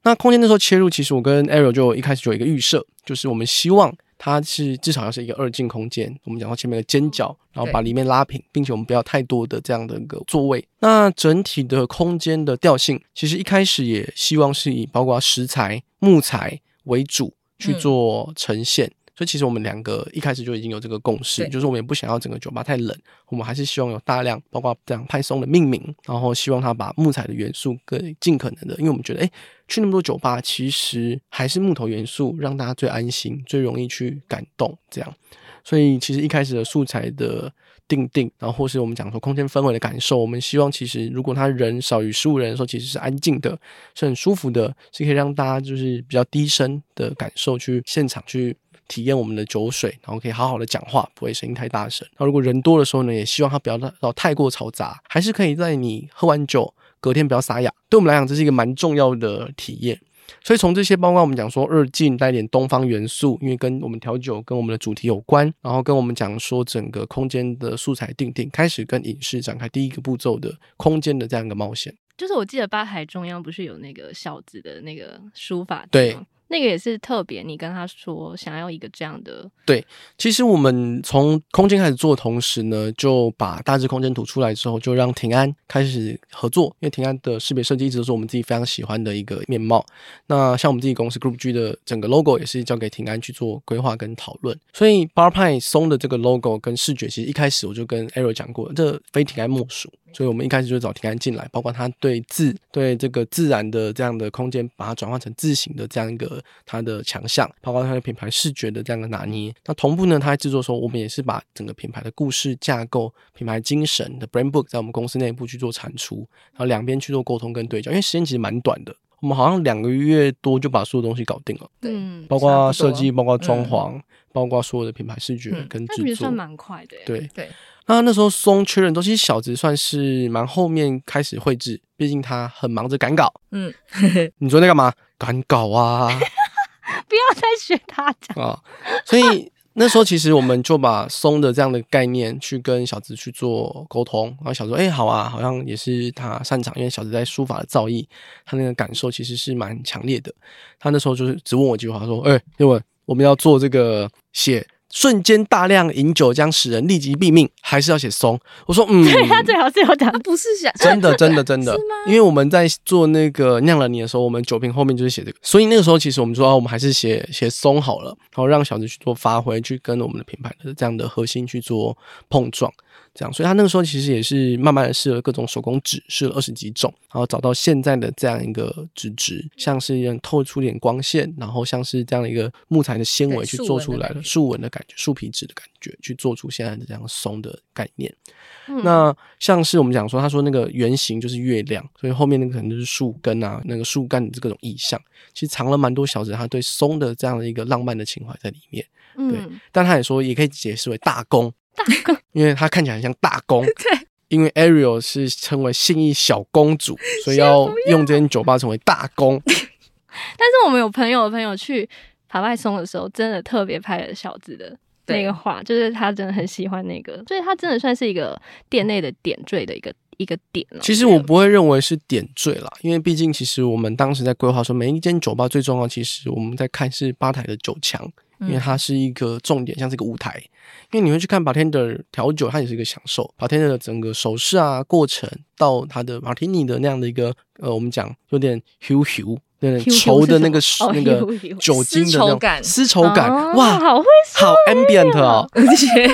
Speaker 1: 那空间那时候切入，其实我跟 Ariel 就一开始就有一个预设，就是我们希望它是至少要是一个二进空间。我们讲到前面的尖角，然后把里面拉平，并且我们不要太多的这样的一个座位。那整体的空间的调性，其实一开始也希望是以包括石材、木材为主去做呈现。所以其实我们两个一开始就已经有这个共识，
Speaker 2: 对
Speaker 1: 就是我们也不想要整个酒吧太冷，我们还是希望有大量包括这样派松的命名，然后希望它把木材的元素更尽可能的，因为我们觉得，哎，去那么多酒吧，其实还是木头元素让大家最安心、最容易去感动这样。所以其实一开始的素材的定定，然后或是我们讲说空间氛围的感受，我们希望其实如果他人少于十五人的时候，其实是安静的，是很舒服的，是可以让大家就是比较低声的感受去现场去。体验我们的酒水，然后可以好好的讲话，不会声音太大声。那如果人多的时候呢，也希望它不要到太过嘈杂，还是可以在你喝完酒隔天不要沙哑。对我们来讲，这是一个蛮重要的体验。所以从这些，包括我们讲说日进带点东方元素，因为跟我们调酒跟我们的主题有关，然后跟我们讲说整个空间的素材定定，开始跟影视展开第一个步骤的空间的这样一个冒险。
Speaker 3: 就是我记得吧台中央不是有那个小子的那个书法字
Speaker 1: 对
Speaker 3: 吗，那个也是特别，你跟他说想要一个这样的，
Speaker 1: 其实我们从空间开始做的同时呢，就把大致空间图出来之后，就让平安开始合作，因为平安的识别设计一直都是我们自己非常喜欢的一个面貌。那像我们自己公司 Group G 的整个 logo 也是交给平安去做规划跟讨论，所以 Bar Pie 松的这个 logo 跟视觉，其实一开始我就跟 Arrow 讲过，这非平安莫属。所以我们一开始就找平安进来，包括他对自对这个自然的这样的空间，把它转换成自行的这样一个它的强项，包括它的品牌视觉的这样的拿捏。那同步呢，它在制作的时候，我们也是把整个品牌的故事架构、品牌精神的 brand book 在我们公司内部去做产出，然后两边去做沟通跟对焦，因为时间其实蛮短的。我们好像两个月多就把所有东西搞定了，
Speaker 2: 对
Speaker 3: 嗯，
Speaker 1: 包
Speaker 2: 差不
Speaker 1: 括
Speaker 2: 多
Speaker 1: 设计、包括装潢、包括所有的品牌视觉
Speaker 2: 嗯
Speaker 1: 跟
Speaker 3: 那
Speaker 1: 制
Speaker 3: 其
Speaker 1: 作。
Speaker 3: 实算蛮快的耶，
Speaker 1: 对
Speaker 2: 对。
Speaker 1: 那那时候松缺人都，其实小子算是蛮后面开始绘制，毕竟他很忙着赶稿。
Speaker 2: 嗯，
Speaker 1: 你昨天干嘛？赶稿啊
Speaker 3: 不要再学他 讲，
Speaker 1: 啊！所以那时候其实我们就把松的这样的概念去跟小子去做沟通，然后小子说：“哎、好啊，好像也是他擅长，因为小子在书法的造诣，他那个感受其实是蛮强烈的。他那时候就是只问我一句话，说：‘哎、英文，我们要做这个写。’”瞬间大量饮酒将使人立即毙命，还是要写松？我说，嗯，
Speaker 3: 所以他最好是有讲
Speaker 2: 啊不是想
Speaker 1: 真的，真的，真的，因为我们在做那个酿了你的时候，我们酒瓶后面就是写这个，所以那个时候其实我们说，啊、我们还是写写松好了，然后让小子去做发挥，去跟我们的品牌的这样的核心去做碰撞。这样，所以他那个时候其实也是慢慢的试了各种手工纸，试了二十几种，然后找到现在的这样一个纸质，像是有点透出点光线，然后像是这样的一个木材的纤维
Speaker 2: 对
Speaker 1: 去
Speaker 2: 竖
Speaker 1: 做
Speaker 2: 纹
Speaker 1: 出
Speaker 2: 的
Speaker 1: 来
Speaker 2: 感
Speaker 1: 的
Speaker 2: 觉
Speaker 1: 竖纹的感觉，树皮纸的感觉，去做出现在的这样松的概念。
Speaker 3: 嗯
Speaker 1: 那像是我们讲说，他说那个圆形就是月亮，所以后面那个可能就是树根啊，那个树干的这种意象，其实藏了蛮多小子他对松的这样的一个浪漫的情怀在里面。
Speaker 3: 嗯，
Speaker 1: 但他也说，也可以解释为大公，
Speaker 3: 大公
Speaker 1: 因为他看起来很像大公。
Speaker 2: 对，
Speaker 1: 因为 Ariel 是称为信义小公主，所以要用这间酒吧成为大公。
Speaker 3: 但是我们有朋友的朋友去爬外松的时候，真的特别拍了小子的那
Speaker 2: 对
Speaker 3: 个画，就是他真的很喜欢那个，所以他真的算是一个店内的点缀的一个一个点哦。
Speaker 1: 其实我不会认为是点缀啦，因为毕竟其实我们当时在规划说，每一间酒吧最重要，其实我们在看是吧台的酒墙，因为
Speaker 3: 嗯
Speaker 1: 它是一个重点，像是一个舞台。因为你会去看 bartender 调酒，它也是一个享受。bartender 的整个手势啊、过程，到它的 martini 的那样的一个呃，我们讲有点 hu hu 有点
Speaker 3: Hue hue
Speaker 1: 稠的那个
Speaker 3: 是什么哦
Speaker 1: 那个
Speaker 3: hue hue
Speaker 1: 酒精的那
Speaker 2: 丝
Speaker 1: 种
Speaker 2: 绸感
Speaker 1: 丝绸感，
Speaker 3: 哦
Speaker 1: 哇，
Speaker 3: 好会
Speaker 1: 好 ambient 哦。
Speaker 2: 而且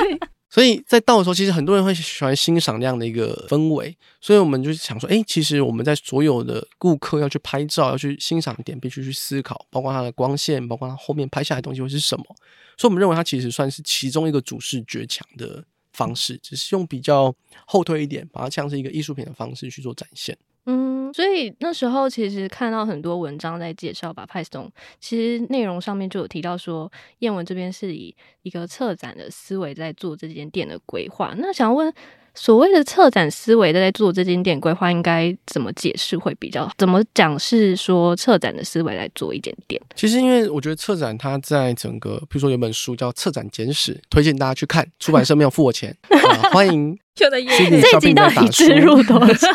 Speaker 1: 所以在倒的时候，其实很多人会喜欢欣赏那样的一个氛围，所以我们就想说，哎，其实我们在所有的顾客要去拍照、要去欣赏的点，必须去思考，包括它的光线，包括它后面拍下来的东西会是什么。所以我们认为它其实算是其中一个主视觉强的方式，只是用比较后退一点，把它像是一个艺术品的方式去做展现。
Speaker 3: 嗯，所以那时候其实看到很多文章在介绍吧，派松其实内容上面就有提到说，燕文这边是以一个策展的思维在做这间店的规划。那想问，所谓的策展思维在做这间店规划，应该怎么解释会比较？怎么讲是说策展的思维来做一间店？
Speaker 1: 其实，因为我觉得策展它在整个，比如说有本书叫《策展简史》，推荐大家去看，出版社没有付我钱，啊欢迎
Speaker 2: 就在夜
Speaker 1: 心里
Speaker 2: 里，
Speaker 3: 这一集到底植入多 少？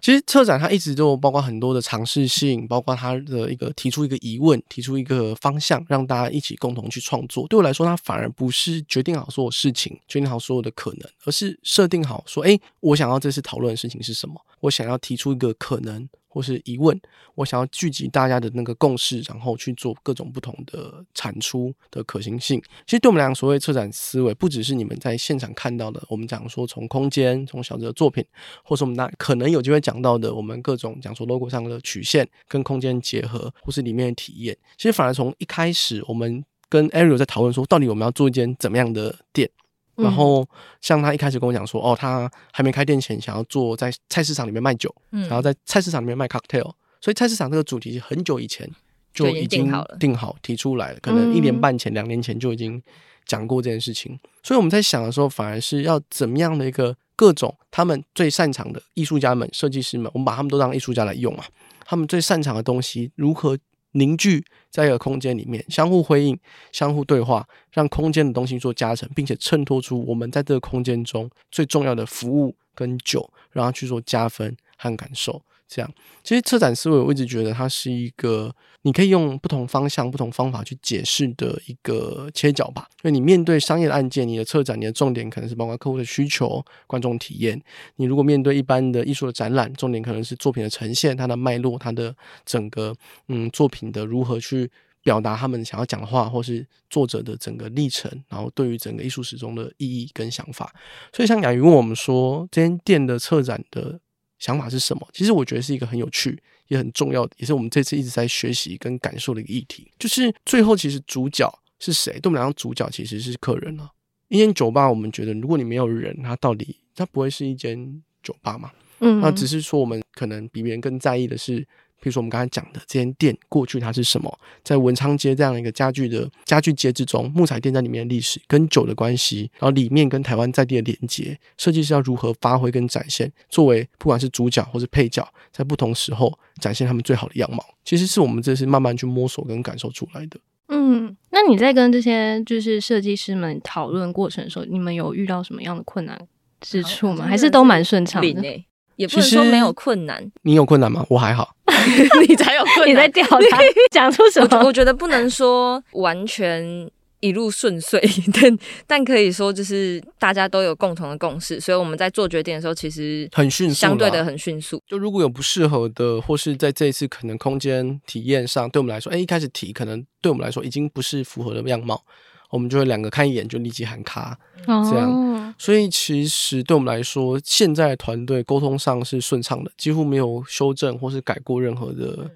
Speaker 1: 其实策展它一直都有包括很多的尝试性，包括它的一个提出一个疑问，提出一个方向，让大家一起共同去创作。对我来说，它反而不是决定好所有事情，决定好所有的可能，而是设定好说，哎，我想要这次讨论的事情是什么，我想要提出一个可能或是疑问，我想要聚集大家的那个共识，然后去做各种不同的产出的可行性。其实对我们来讲，所谓策展思维，不只是你们在现场看到的，我们讲说从空间、从小哲的作品，或是我们那可能有机会讲到的，我们各种讲说 logo 上的曲线跟空间结合，或是里面的体验，其实反而从一开始我们。跟 Ariel 在讨论说，到底我们要做一间怎么样的店？然后像他一开始跟我讲说，哦，他还没开店前想要做在菜市场里面卖酒，
Speaker 2: 嗯
Speaker 1: 然后在菜市场里面卖 cocktail，所以菜市场这个主题很久以前就
Speaker 2: 就已经
Speaker 1: 已
Speaker 2: 定
Speaker 1: 经
Speaker 2: 好了
Speaker 1: 定好提出来了，可能一年
Speaker 3: 嗯
Speaker 1: 半前、两年前就已经讲过这件事情。所以我们在想的时候，反而是要怎么样的一个各种他们最擅长的艺术家们、设计师们，我们把他们都当艺术家来用嘛，他们最擅长的东西如何凝聚在一个空间里面，相互辉映、相互对话，让空间的东西做加成，并且衬托出我们在这个空间中最重要的服务跟酒，让它去做加分和感受。这样，其实策展思维，我一直觉得它是一个你可以用不同方向、不同方法去解释的一个切角吧。因为你面对商业的案件，你的策展，你的重点可能是包括客户的需求、观众体验，你如果面对一般的艺术的展览，重点可能是作品的呈现、它的脉络、它的整个嗯作品的如何去表达他们想要讲的话，或是作者的整个历程，然后对于整个艺术史中的意义跟想法。所以像雅云问我们说，这间店的策展的想法是什么？其实我觉得是一个很有趣。也很重要，也是我们这次一直在学习跟感受的一个议题，就是最后其实主角是谁？对我们来讲，主角其实是客人啊。一间酒吧，我们觉得如果你没有人，它到底它不会是一间酒吧嘛？
Speaker 3: 嗯，
Speaker 1: 那只是说我们可能比别人更在意的是，比如说我们刚才讲的这间店过去它是什么，在文昌街这样一个家具的家具街之中，木材店在里面的历史跟酒的关系，然后里面跟台湾在地的连接，设计师要如何发挥跟展现，作为不管是主角或是配角，在不同时候展现他们最好的样貌，其实是我们这是慢慢去摸索跟感受出来的。
Speaker 3: 嗯，那你在跟这些就是设计师们讨论过程的时候，你们有遇到什么样的困难之处
Speaker 2: 好
Speaker 3: 吗？
Speaker 2: 像
Speaker 3: 还
Speaker 2: 真
Speaker 3: 是
Speaker 2: 的
Speaker 3: 都
Speaker 2: 是
Speaker 3: 蛮顺畅
Speaker 2: 零
Speaker 3: 的？
Speaker 2: 诶，也不能
Speaker 1: 其实
Speaker 2: 说没有困难，
Speaker 1: 你有困难吗？我还好。
Speaker 2: 你才有困难。
Speaker 3: 你在调查 讲出什
Speaker 2: 我觉
Speaker 3: 么？
Speaker 2: 我觉得不能说完全一路顺遂， 但但可以说就是大家都有共同的共识，所以我们在做决定的时候，其实
Speaker 1: 很迅速啦
Speaker 2: 相对的很迅速。
Speaker 1: 就如果有不适合的，或是在这一次可能空间体验上，对我们来说，哎，一开始提可能对我们来说已经不是符合的样貌，我们就会两个看一眼就立即喊卡。
Speaker 3: 这
Speaker 1: 样所以其实对我们来说，现在的团队沟通上是顺畅的，几乎没有修正或是改过任何的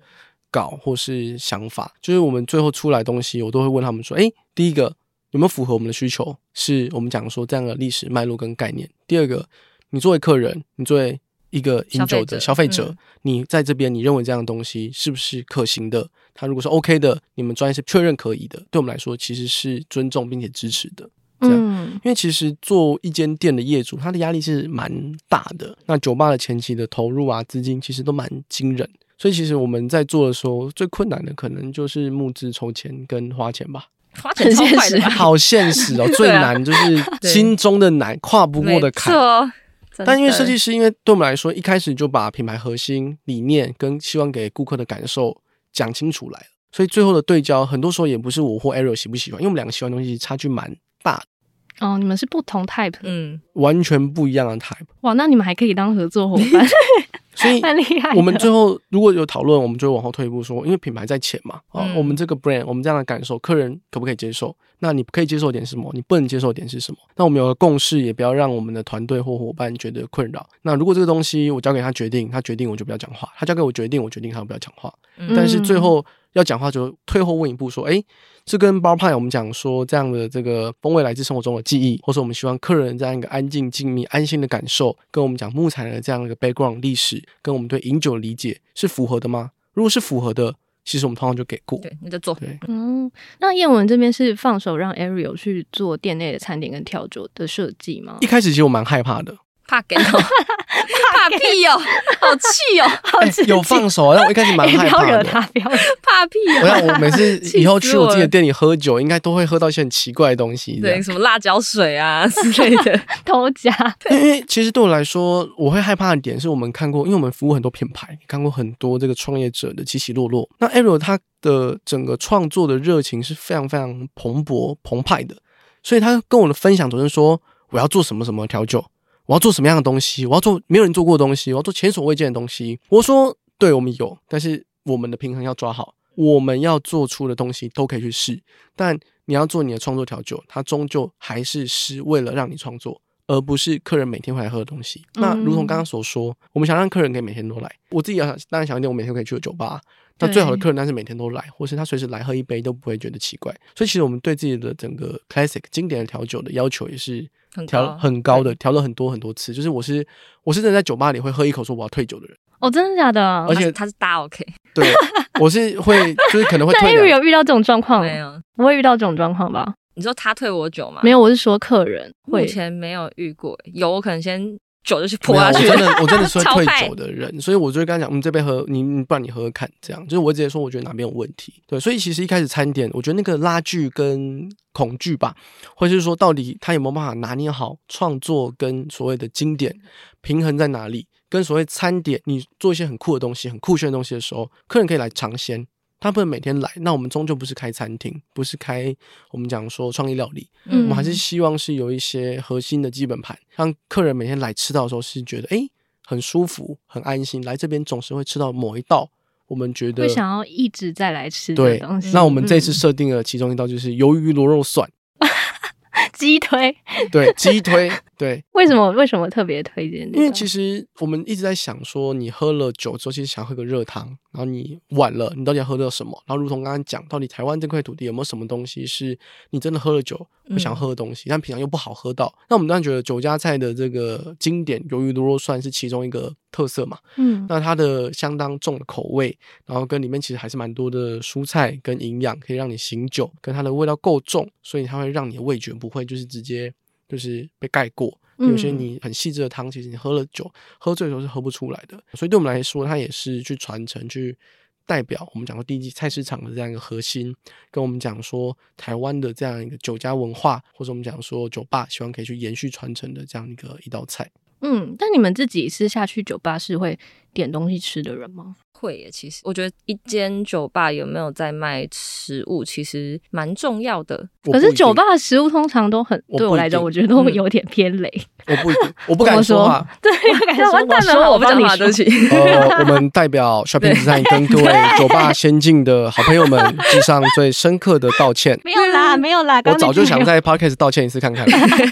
Speaker 1: 稿或是想法。就是我们最后出来的东西，我都会问他们说：，诶，第一个有没有符合我们的需求？是我们讲说这样的历史脉络跟概念。第二个，你作为客人，你作为一个饮酒的消
Speaker 2: 消
Speaker 1: 费
Speaker 2: 费
Speaker 1: 者，
Speaker 2: 者
Speaker 1: 你在这边你认为这样的东西是不是可行的？他如果是 OK 的，你们专业是确认可以的，对我们来说其实是尊重并且支持的。这样
Speaker 3: 嗯
Speaker 1: 因为其实做一间店的业主，他的压力是蛮大的。那酒吧的前期的投入啊，资金其实都蛮惊人。所以其实我们在做的时候，最困难的可能就是募资、筹钱跟花钱 吧。
Speaker 2: 花钱超快的吧，
Speaker 1: 好现实哦，最难就是
Speaker 2: 啊对
Speaker 1: 心中的难，跨不过的坎
Speaker 2: 没。错。真的
Speaker 1: 但因为设计师，因为对我们来说，一开始就把品牌核心理念跟希望给顾客的感受讲清楚来了，所以最后的对焦，很多时候也不是我或 Ariel 喜不喜欢，因为我们两个喜欢的东西差距蛮大的，
Speaker 3: 哦，你们是不同 type，的
Speaker 2: 嗯，
Speaker 1: 完全不一样的 type。
Speaker 3: 哇，那你们还可以当合作伙伴，
Speaker 1: 所以
Speaker 2: 哎
Speaker 3: 蛮厉害的。
Speaker 1: 我们最后如果有讨论，我们就会往后退一步说，因为品牌在前嘛，啊，
Speaker 2: 嗯
Speaker 1: 我们这个 brand，我们这样的感受，客人可不可以接受？那你可以接受的点是什么？你不能接受的点是什么？那我们有个共识，也不要让我们的团队或伙伴觉得困扰。那如果这个东西我交给他决定，他决定我就不要讲话；他交给我决定，我决定他不要讲话。
Speaker 2: 嗯
Speaker 1: 但是最后要讲话就退后问一步说，哎，这跟 bar pie 我们讲说这样的这个风味来自生活中的记忆，或者我们希望客人这样一个安静、静谧、安心的感受，跟我们讲木材的这样一个 background 历史，跟我们对饮酒的理解是符合的吗？如果是符合的，其实我们通常就给过。
Speaker 2: 对，那就做。
Speaker 1: 对
Speaker 3: 嗯，那燕文这边是放手让 Ariel 去做店内的餐点跟调酒的设计吗
Speaker 1: 一？开始其实我蛮害怕的，
Speaker 2: 怕 给哦，怕屁哦，好气哦，
Speaker 3: 好
Speaker 1: 哎
Speaker 3: 刺激
Speaker 1: 有放手，但我一开始 蛮
Speaker 3: 哎
Speaker 1: 害
Speaker 3: 不
Speaker 1: 怕
Speaker 3: 要惹
Speaker 1: 的。
Speaker 3: 他，不要惹他。
Speaker 2: 怕屁
Speaker 1: 我
Speaker 2: 哦。
Speaker 1: 想，我每次
Speaker 2: 气
Speaker 1: 以后
Speaker 2: 死
Speaker 1: 去我自己的
Speaker 2: 我了
Speaker 1: 店里喝酒，应该都会喝到一些很奇怪的东西。这样
Speaker 2: 对，什么辣椒水啊 之类的，
Speaker 3: 偷家，
Speaker 1: 因为其实对我来说，我会害怕的点是我们看过，因为我们服务很多品牌，看过很多这个创业者的起起落落。那 Ariel 他的整个创作的热情是非常非常蓬勃澎湃的，所以他跟我的分享总是说我要做什么什么调酒，我要做什么样的东西，我要做没有人做过的东西，我要做前所未见的东西。我说，对我们有，但是我们的平衡要抓好，我们要做出的东西都可以去试，但你要做你的创作调酒，它终究还是是为了让你创作，而不是客人每天会来喝的东西。那如同刚刚所说，我们想让客人可以每天都来。我自己要想，当然想一点，我每天可以去的酒吧。那
Speaker 3: 对
Speaker 1: 最好的客人，但是每天都来，或是他随时来喝一杯都不会觉得奇怪。所以其实我们对自己的整个 classic 经典的调酒的要求也是
Speaker 2: 很
Speaker 1: 调
Speaker 2: 高
Speaker 1: 很高的，调了很多很多次。就是我是我是真的在酒吧里会喝一口说我要退酒的人，
Speaker 3: 哦，真的假的
Speaker 1: 而？且
Speaker 2: 他是大 OK，
Speaker 1: 对我是会就是可能 会
Speaker 3: 但
Speaker 1: 退
Speaker 3: Ariel
Speaker 1: 两
Speaker 3: 有遇到这种状况吗，
Speaker 2: 没有。
Speaker 3: 不会遇到这种状况吧？
Speaker 2: 你说他退我酒吗？
Speaker 3: 没有，我是说客人
Speaker 2: 目
Speaker 3: 会。
Speaker 2: 前没有遇过，有我可能先酒就去泼
Speaker 1: 没有，
Speaker 2: 下
Speaker 1: 我
Speaker 2: 去
Speaker 1: 真的我真的是会
Speaker 2: 超
Speaker 1: 退
Speaker 2: 派
Speaker 1: 酒的人，所以我就会跟他讲，嗯，这杯喝你，你不然你喝喝看，这样就是我直接说我觉得哪边有问题。对，所以其实一开始餐点，我觉得那个拉锯跟恐惧吧，或是说到底他有没有办法拿捏好创作跟所谓的经典平衡在哪里，跟所谓餐点，你做一些很酷的东西、很酷炫的东西的时候，客人可以来尝鲜。他不能每天来，那我们终究不是开餐厅，不是开我们讲说创意料理，
Speaker 3: 嗯
Speaker 1: 我们还是希望是有一些核心的基本盘，让客人每天来吃到的时候是觉得诶很舒服、很安心，来这边总是会吃到某一道我们觉得
Speaker 3: 会想要一直再来吃的
Speaker 1: 对
Speaker 3: 东西。。
Speaker 1: 那我们这次
Speaker 3: 嗯
Speaker 1: 设定了其中一道就是鱿鱼螺肉蒜，
Speaker 3: 鸡推，
Speaker 1: 对，鸡腿，对，
Speaker 3: 为什么为什么特别推荐这个？
Speaker 1: 因为其实我们一直在想说，你喝了酒之后，其实想喝个热汤，然后你晚了，你到底要喝到什么？然后如同刚刚讲，到底台湾这块土地有没有什么东西是你真的喝了酒不想喝的东西，但平常又不好喝到？那我们当然觉得酒家菜的这个经典鱿鱼螺肉蒜是其中一个特色嘛。
Speaker 3: 嗯，
Speaker 1: 那它的相当重的口味，然后跟里面其实还是蛮多的蔬菜跟营养，可以让你醒酒，跟它的味道够重，所以它会让你的味觉不会就是直接就是被盖过。有些
Speaker 3: 嗯
Speaker 1: 你很细致的汤，其实你喝了酒喝醉的时候是喝不出来的。所以对我们来说，它也是去传承去。代表我们讲说第一季菜市场的这样一个核心，跟我们讲说台湾的这样一个酒家文化，或者我们讲说酒吧，希望可以去延续传承的这样一个一道菜。
Speaker 3: 嗯，但你们自己是下去酒吧是会点东西吃的人吗？
Speaker 2: 会耶，其实我觉得一间酒吧有没有在卖食物，其实蛮重要 的。
Speaker 1: 我不
Speaker 3: 可
Speaker 1: 一定
Speaker 3: 是酒吧的食物通常都很
Speaker 1: 我不
Speaker 3: 对我来讲，
Speaker 1: 一定
Speaker 3: 我觉得都
Speaker 2: 嗯
Speaker 3: 有点偏雷。
Speaker 1: 我不一定，我不敢说啊话。
Speaker 3: 对，我感觉
Speaker 2: 完蛋
Speaker 3: 我
Speaker 2: 了，
Speaker 3: 说
Speaker 2: 我不
Speaker 3: 帮
Speaker 2: 讲
Speaker 3: 你
Speaker 2: 话，对
Speaker 3: 说
Speaker 2: 不起。
Speaker 1: 呃，我们代表 Shopping Design 跟各位酒吧先进的好朋友们，致上最深刻的道歉。
Speaker 3: 没有啦，没有啦，
Speaker 1: 我
Speaker 3: 刚刚
Speaker 1: 早就
Speaker 3: 那个
Speaker 1: 想
Speaker 3: 没有
Speaker 1: 在 Podcast 道歉一次看 看了。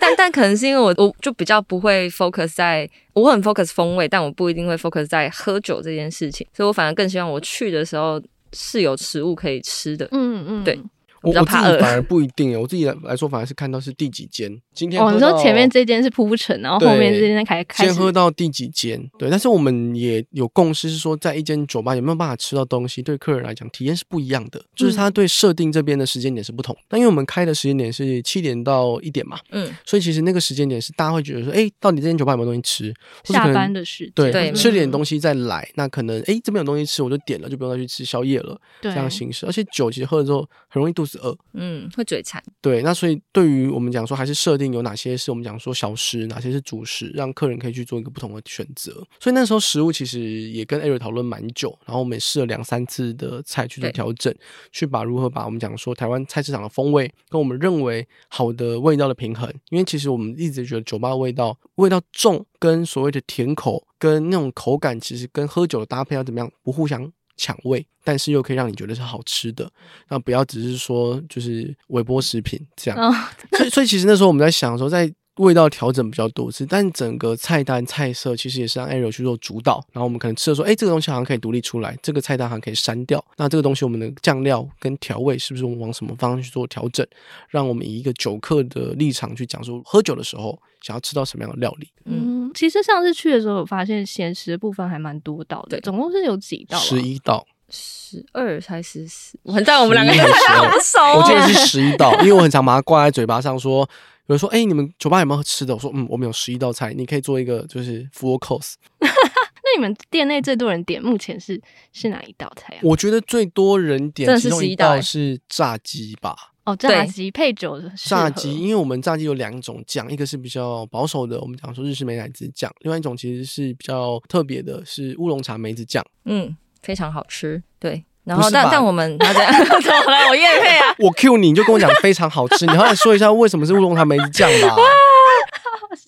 Speaker 2: 但但可能是因为我我就比较不会 focus 在我很 focus 风味，但我不一定会 focus 在喝酒这件事情，所以我反而更希望我去的时候是有食物可以吃的。
Speaker 3: 嗯嗯，
Speaker 2: 对。
Speaker 1: 我
Speaker 2: 比较
Speaker 1: 我自
Speaker 2: 怕
Speaker 1: 己
Speaker 2: 饿
Speaker 1: 反而不一定耶，我自己来来说反而是看到是第几间。今天
Speaker 3: 哦，
Speaker 1: 喝
Speaker 3: 你说
Speaker 1: 到
Speaker 3: 前面这间是铺陈，然后后面这间开开始
Speaker 1: 先喝到第几间，对。但是我们也有共识是说，在一间酒吧有没有办法吃到东西，对客人来讲体验是不一样的，就是
Speaker 3: 嗯
Speaker 1: 他对设定这边的时间点是不同。但因为我们开的时间点是七点到一点嘛，
Speaker 2: 嗯，
Speaker 1: 所以其实那个时间点是大家会觉得说，哎，到底这间酒吧有没有东西吃？或是可
Speaker 3: 下
Speaker 1: 能
Speaker 3: 班的嗯时间，
Speaker 1: 对，
Speaker 2: 对嗯
Speaker 1: 吃点东西再来，那可能哎这边有东西吃，我就点了，就不用再去吃宵夜了，
Speaker 3: 对
Speaker 1: 这样形式。而且酒其实喝了之后很容易肚子饿，
Speaker 2: 嗯，会嘴馋。
Speaker 1: 对，那所以对于我们讲说，还是设定有哪些是我们讲说小食，哪些是主食，让客人可以去做一个不同的选择。所以那时候食物其实也跟 Eric 讨论蛮久，然后我们也试了两三次的菜去做
Speaker 2: 对
Speaker 1: 调整，去把如何把我们讲说台湾菜市场的风味跟我们认为好的味道的平衡，因为其实我们一直觉得酒吧的味道味道重跟所谓的甜口跟那种口感，其实跟喝酒的搭配要怎么样不互相抢味，但是又可以让你觉得是好吃的。那不要只是说就是微波食品这样。
Speaker 3: 哦，
Speaker 1: 所以所以其实那时候我们在想说，在味道调整比较多次，但整个菜单菜色其实也是让 Ariel 去做主导。然后我们可能吃的时候，哎，这个东西好像可以独立出来，这个菜单好像可以删掉。那这个东西我们的酱料跟调味是不是我们往什么方向去做调整？让我们以一个酒客的立场去讲说，喝酒的时候想要吃到什么样的料理。
Speaker 3: 嗯，其实上次去的时候，我发现咸食的部分还蛮多道的，
Speaker 2: 对
Speaker 3: 总共是有几道啊？
Speaker 1: 十一道，
Speaker 2: 十二还是十？我很在我们两个
Speaker 1: 11还是12
Speaker 2: 不熟 哦
Speaker 1: 我记得是十一道，因为我很常把它挂在嘴巴上说。有人说：“哎、你们酒吧有没有吃的？”我说：“嗯，我们有十一道菜，你可以做一个就是 full course。
Speaker 3: 那你们店内最多人点，目前是是哪一道菜啊？
Speaker 1: 我觉得最多人
Speaker 2: 真
Speaker 1: 点
Speaker 2: 的
Speaker 1: 其
Speaker 2: 是
Speaker 1: 中一
Speaker 2: 11道
Speaker 1: 道
Speaker 2: 欸
Speaker 1: 是炸鸡吧，
Speaker 3: 哦，炸鸡配酒的适合
Speaker 1: 炸鸡，因为我们炸鸡有两种酱，一个是比较保守的，我们讲说日式美乃滋酱，另外一种其实是比较特别的，是乌龙茶梅子酱。
Speaker 2: 嗯，非常好吃。对，然
Speaker 1: 不
Speaker 2: 后
Speaker 1: 是
Speaker 2: 但
Speaker 1: 吧
Speaker 2: 但我们然后怎样 怎么了？我叶配啊，
Speaker 1: 我 Q 你，你就跟我讲非常好吃，你后来说一下为什么是乌龙茶梅子酱 吧。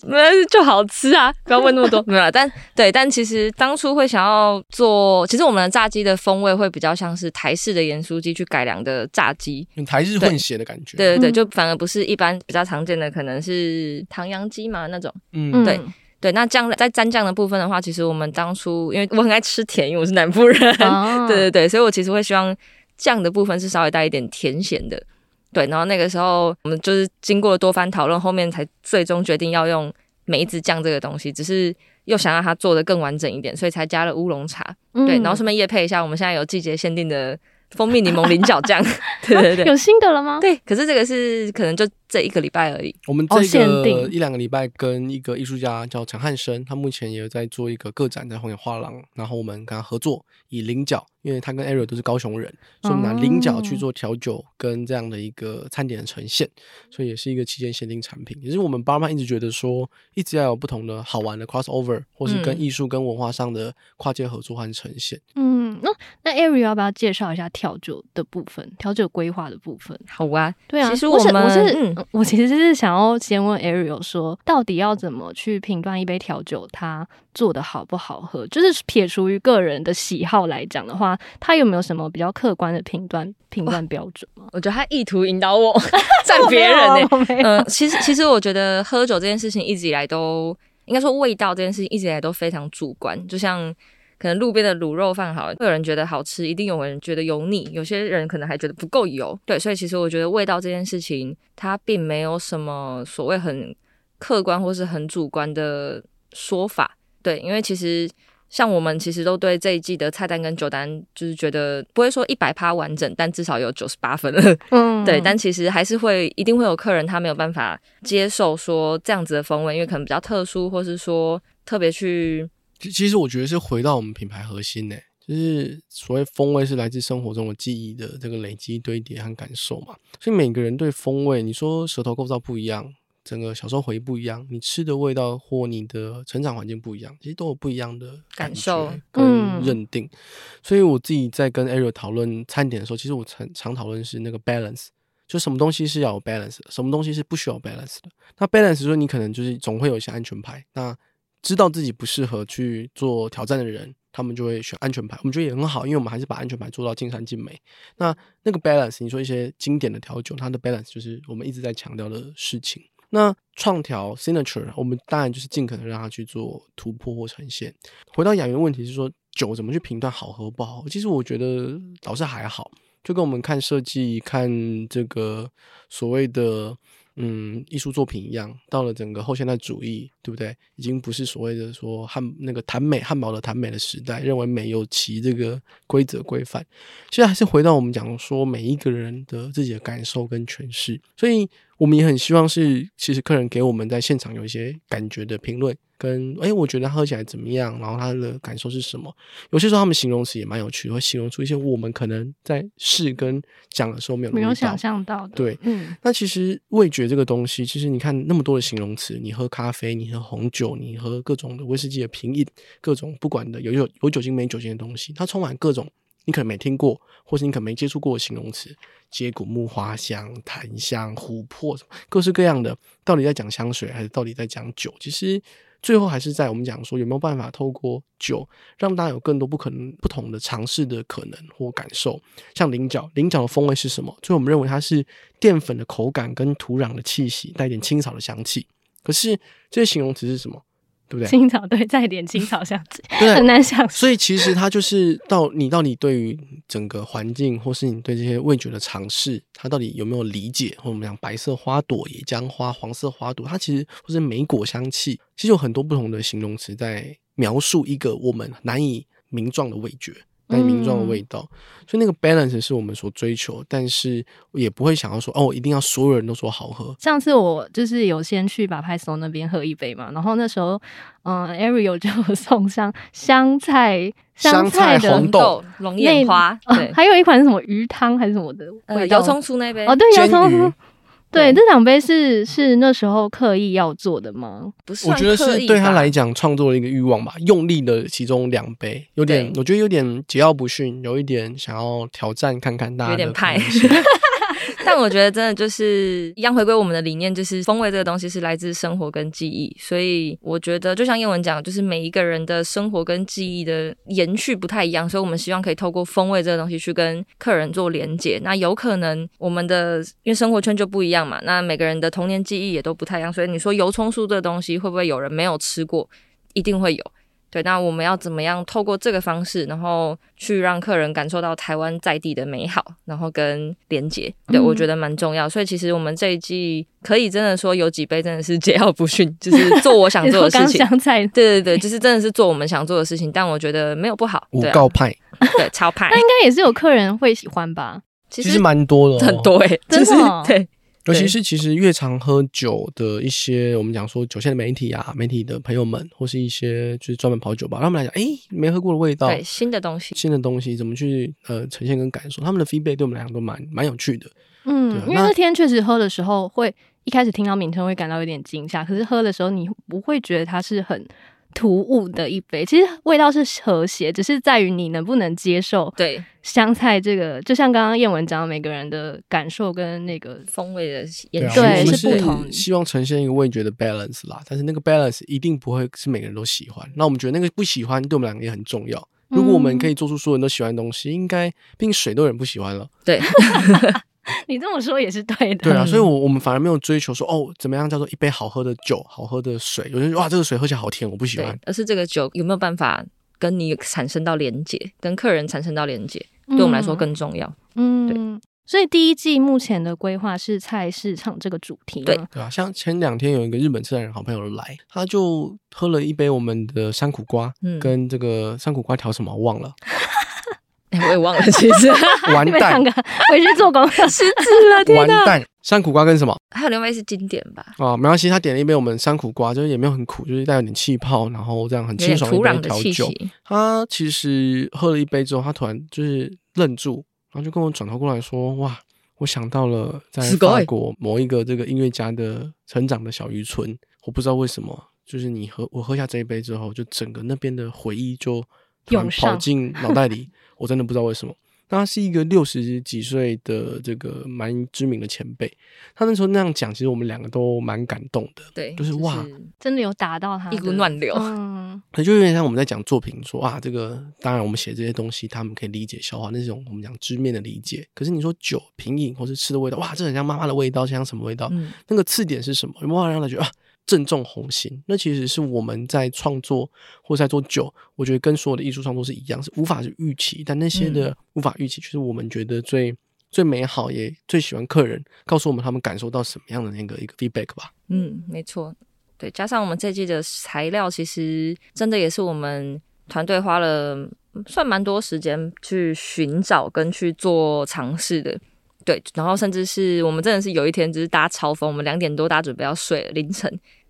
Speaker 2: 没有就好吃 啊，不要问那么多。没有啦，但对，但其实当初会想要做，其实我们的炸鸡的风味会比较像是台式的盐酥鸡去改良的炸鸡。
Speaker 1: 台日混血的感觉，
Speaker 2: 对对对，
Speaker 3: 嗯
Speaker 2: 就反而不是一般比较常见的，可能是唐扬鸡嘛那种。
Speaker 1: 嗯，
Speaker 2: 对对，那酱在蘸酱的部分的话，其实我们当初因为我很爱吃甜，因为我是南部 人，
Speaker 3: 啊
Speaker 2: 对对对，所以我其实会希望酱的部分是稍微带一点甜咸的。对，然后那个时候我们就是经过了多番讨论，后面才最终决定要用梅子酱这个东西，只是又想让它做的更完整一点，所以才加了乌龙茶。
Speaker 3: 嗯
Speaker 2: 对，然后顺便夜配一下，我们现在有季节限定的蜂蜜柠檬菱角酱。 对对对
Speaker 3: 有新的了吗？
Speaker 2: 对，可是这个是可能就这一个礼拜而已。
Speaker 1: 我们
Speaker 3: 哦
Speaker 1: 这
Speaker 3: 限
Speaker 1: 个
Speaker 3: 定
Speaker 1: 一两个礼拜跟一个艺术家叫陈汉生，他目前也有在做一个个展，在红岩画廊。然后我们跟他合作，以菱角，因为他跟 Ariel 都是高雄人，所以我们拿菱
Speaker 3: 哦
Speaker 1: 角去做调酒跟这样的一个餐点的呈现，所以也是一个期间限定产品。也是我们爸妈一直觉得说，一直要有不同的好玩的 crossover，或是跟
Speaker 2: 嗯
Speaker 1: 艺术跟文化上的跨界合作和呈现。
Speaker 3: 嗯，那那 Ari 要不要介绍一下调酒的部分，调酒规划的部分？
Speaker 2: 好啊，
Speaker 3: 对啊，
Speaker 2: 其实
Speaker 3: 我
Speaker 2: 我
Speaker 3: 是
Speaker 2: 们
Speaker 3: 我是、
Speaker 2: 嗯
Speaker 3: 嗯我其实是想要先问 Ariel 说，到底要怎么去评断一杯调酒它做的好不好喝？就是撇除于个人的喜好来讲的话，它有没有什么比较客观的评断评断标准吗？
Speaker 2: 我觉得他意图引导 我 赞哦别人呢、
Speaker 3: 我没有啊
Speaker 2: 嗯，其实其实我觉得喝酒这件事情一直以来都，应该说味道这件事情一直以来都非常主观。就像可能路边的卤肉饭好了，会有人觉得好吃，一定有人觉得油腻，有些人可能还觉得不够油。对，所以其实我觉得味道这件事情，它并没有什么所谓很客观或是很主观的说法。对，因为其实。像我们其实都对这一季的菜单跟酒单，就是觉得不会说一百趴完整，但至少有九十八分了。
Speaker 3: 嗯
Speaker 2: 对，但其实还是会一定会有客人他没有办法接受说这样子的风味，因为可能比较特殊，或是说特别去
Speaker 1: 其其实我觉得是回到我们品牌核心呢、就是所谓风味是来自生活中的记忆的这个累积、堆叠和感受嘛。所以每个人对风味，你说舌头构造不一样，整个小时候回忆不一样，你吃的味道或你的成长环境不一样，其实都有不一样的
Speaker 2: 感
Speaker 1: 觉
Speaker 2: 受
Speaker 1: 跟
Speaker 3: 嗯
Speaker 1: 认定。所以我自己在跟 Ariel 讨论餐点的时候，其实我常常讨论是那个 balance，就什么东西是要有 balance，的什么东西是不需要有 balance 的。那 balance 就是你可能就是总会有一些安全牌，那知道自己不适合去做挑战的人，他们就会选安全牌。我们觉得也很好，因为我们还是把安全牌做到尽善尽美。那那个 balance，你说一些经典的调酒，它的 balance 就是我们一直在强调的事情。那创调 signature，我们当然就是尽可能让它去做突破或呈现。回到雅云的问题是说，酒怎么去评断好喝不好喝？其实我觉得倒是还好，就跟我们看设计、看这个所谓的嗯艺术作品一样，到了整个后现代主义，对不对？已经不是所谓的说汉那个谈美汉堡的谈美的时代，认为美有其这个规则规范。其实还是回到我们讲说每一个人的自己的感受跟诠释，所以我们也很希望是，其实客人给我们在现场有一些感觉的评论，跟哎，诶我觉得他喝起来怎么样，然后他的感受是什么。有些时候他们形容词也蛮有趣的，会形容出一些我们可能在试跟讲的时候没有
Speaker 3: 没
Speaker 2: 嗯
Speaker 3: 有
Speaker 1: 留意到
Speaker 3: 想象到的，
Speaker 1: 对
Speaker 3: 嗯，
Speaker 1: 那其实味觉这个东西，其实你看那么多的形容词，你喝咖啡，你喝红酒，你喝各种的威士忌的品饮，各种不管的有有有酒精没酒精的东西，它充满各种你可能没听过，或是你可能没接触过的形容词，接骨木、花香、檀香、琥珀，什么各式各样的。到底在讲香水，还是到底在讲酒？其实最后还是在我们讲说有没有办法透过酒，让大家有更多不可能不同的尝试的可能或感受。像菱角，菱角的风味是什么？所以我们认为它是淀粉的口感跟土壤的气息，带一点青草的香气。可是这些形容词是什么？对不对？
Speaker 3: 青草对，再一点青 草香气，
Speaker 1: 对
Speaker 3: 很难 想象。
Speaker 1: 所以其实它就是到你到底对于整个环境，或是你对这些味觉的尝试，它到底有没有理解？或我们讲白色花朵、野姜花、黄色花朵，它其实或是莓果香气，其实有很多不同的形容词在描述一个我们难以名状的味觉。难以名状的味道，所以那个 balance 是我们所追求，但是也不会想要说哦，一定要所有人都说好喝，
Speaker 3: 上次我就是有先去把派松那边喝一杯嘛，然后那时候，嗯，Ariel 就 有送上香菜
Speaker 1: 香菜
Speaker 3: 菜的
Speaker 1: 红豆
Speaker 2: 豆龙眼花，
Speaker 3: 哦
Speaker 2: 对，
Speaker 3: 还有一款是什么鱼汤还是什么的
Speaker 2: 呃，
Speaker 3: 味道
Speaker 2: 油葱酥那杯
Speaker 3: 哦，对，
Speaker 1: 煎
Speaker 3: 洋
Speaker 1: 鱼
Speaker 3: 葱。对，
Speaker 2: 对
Speaker 3: 这两杯是是那时候刻意要做的吗？
Speaker 2: 不是，
Speaker 1: 我觉得是对他来，讲创作的一个欲望吧，用力的其中两杯，有点
Speaker 2: 对
Speaker 1: 我觉得有点桀骜不驯，有一点想要挑战看看大家
Speaker 2: 有点
Speaker 1: 的
Speaker 2: 派
Speaker 1: 可能性
Speaker 2: 但我觉得真的就是一样回归我们的理念，就是风味这个东西是来自生活跟记忆，所以我觉得就像英文讲，就是每一个人的生活跟记忆的延续不太一样，所以我们希望可以透过风味这个东西去跟客人做连接。那有可能我们的因为生活圈就不一样嘛，那每个人的童年记忆也都不太一样，所以你说油葱酥这个东西会不会有人没有吃过？一定会有。对，那我们要怎么样透过这个方式，然后去让客人感受到台湾在地的美好，然后跟连接，对、
Speaker 3: 嗯
Speaker 2: 我觉得蛮重要。所以其实我们这一季可以真的说有几杯真的是桀骜不驯，就是做 我想
Speaker 3: 你
Speaker 2: 做
Speaker 3: 说
Speaker 2: 的
Speaker 3: 刚
Speaker 2: 事情。哎
Speaker 3: 香菜，
Speaker 2: 对对对，就是真的是做我们想做的事情，但我觉得没有不好，
Speaker 1: 五
Speaker 2: 对、啊、
Speaker 1: 告派，
Speaker 2: 对，超派
Speaker 3: 那，应该也是有客人会喜欢吧？
Speaker 2: 啊其
Speaker 1: 其实蛮多的、哦，
Speaker 2: 很。多哎、
Speaker 3: 真
Speaker 2: 就
Speaker 3: 的
Speaker 2: 是
Speaker 3: 哦
Speaker 2: 对，
Speaker 1: 尤其
Speaker 2: 对
Speaker 1: 是其实越常喝酒的一些，我们讲说酒线的媒体啊，媒体的朋友们，或是一些就是专门跑酒吧，他们来讲，诶，没喝过的味道，
Speaker 2: 对新的东西，
Speaker 1: 新的东西怎么去呃呈现跟感受，他们的 feedback 对我们来讲都蛮蛮有趣的。
Speaker 3: 嗯
Speaker 1: 对啊，
Speaker 3: 因为
Speaker 1: 那
Speaker 3: 那天确实喝的时候会一开始听到名称会感到有点惊吓，可是喝的时候你不会觉得它是很突兀的一杯，其实味道是和谐，只是在于你能不能接受
Speaker 2: 对
Speaker 3: 香菜这个，就像刚刚燕文讲，每个人的感受跟那个
Speaker 2: 风味的
Speaker 1: 对
Speaker 2: 延
Speaker 1: 啊
Speaker 2: 续，
Speaker 1: 我们
Speaker 3: 对
Speaker 1: 就是
Speaker 3: 不同的
Speaker 1: 希望呈现一个味觉的 balance 啦，但是那个 balance 一定不会是每个人都喜欢。那我们觉得那个不喜欢对我们两个也很重要。如果我
Speaker 3: 嗯
Speaker 1: 们可以做出所有人都喜欢的东西，应该并水都有人不喜欢了，
Speaker 2: 对，
Speaker 3: 你这么说也是对的。
Speaker 1: 对啊，
Speaker 2: 嗯
Speaker 1: 所以我我们反而没有追求说哦，怎么样叫做一杯好喝的酒、好喝的水。有人说哇，这个水喝起来好甜，我不喜欢
Speaker 2: 对。，而是这个酒有没有办法跟你产生到连接，跟客人产生到连接，对我们来说更重要。对
Speaker 3: 嗯。嗯所以第一季目前的规划是菜市场这个主题吗，
Speaker 2: 对
Speaker 1: 对啊，像前两天有一个日本自然人好朋友来，他就喝了一杯我们的山苦瓜，
Speaker 2: 嗯
Speaker 1: 跟这个山苦瓜调什么我忘 了，
Speaker 2: 哎、 我也忘了，其实
Speaker 1: 完
Speaker 3: 你们
Speaker 1: 蛋
Speaker 3: 两，个回去做功 课。
Speaker 2: 失智了，
Speaker 1: 完！蛋，山苦瓜跟什么？
Speaker 2: 还有另外一是经典吧，
Speaker 1: 啊，没关系，他点了一杯我们山苦瓜，就是也没有很苦，就是带有点气泡，然后这样很
Speaker 2: 有
Speaker 1: 清
Speaker 2: 点
Speaker 1: 爽的一
Speaker 2: 土壤
Speaker 1: 杯
Speaker 2: 的
Speaker 1: 调
Speaker 2: 气
Speaker 1: 酒。
Speaker 2: 息，
Speaker 1: 他其实喝了一杯之后，他突然就是愣住，然后就跟我转头过来说：“哇，我想到了在
Speaker 2: すご
Speaker 1: 法
Speaker 3: 欸
Speaker 2: い
Speaker 1: 国某一个这个音乐家的成长的小渔村，我不知道为什么，就是你喝我喝下这一杯之后，就整个那边的回忆就突然
Speaker 3: 涌上
Speaker 1: 跑进脑袋里，我真的不知道为什么。那他是一个六十几岁的这个蛮知名的前辈，他那时候那样讲，其实我们两个都蛮感动的。
Speaker 2: 对，
Speaker 1: 就是哇
Speaker 3: 真的有打到他的
Speaker 2: 一股哦暖流
Speaker 3: 嗯，
Speaker 1: 那就有点像我们在讲作品说啊，这个当然我们写这些东西，他们可以理解消化，那是一种我们讲知面的理解。可是你说酒品饮或是吃的味道，哇，这很像妈妈的味道，像什么味道？
Speaker 2: 嗯，
Speaker 1: 那个刺点是什么？有没有让他觉得啊，正中红心？那其实是我们在创作或在做酒，我觉得跟所有的艺术创作是一样，是无法去预期，但那些的无法预期，就是我们觉得最。最美好也最喜欢客人告诉我们他们感受到什么样的那个一个 feedback 吧。
Speaker 2: 嗯，没错，对，加上我们这季的材料，其实真的也是我们团队花了嗯算蛮多时间去寻找跟去做尝试的。对，然后甚至是我们真的是有一天，就是大家嘲讽我们两点多，大家准备要睡了凌晨，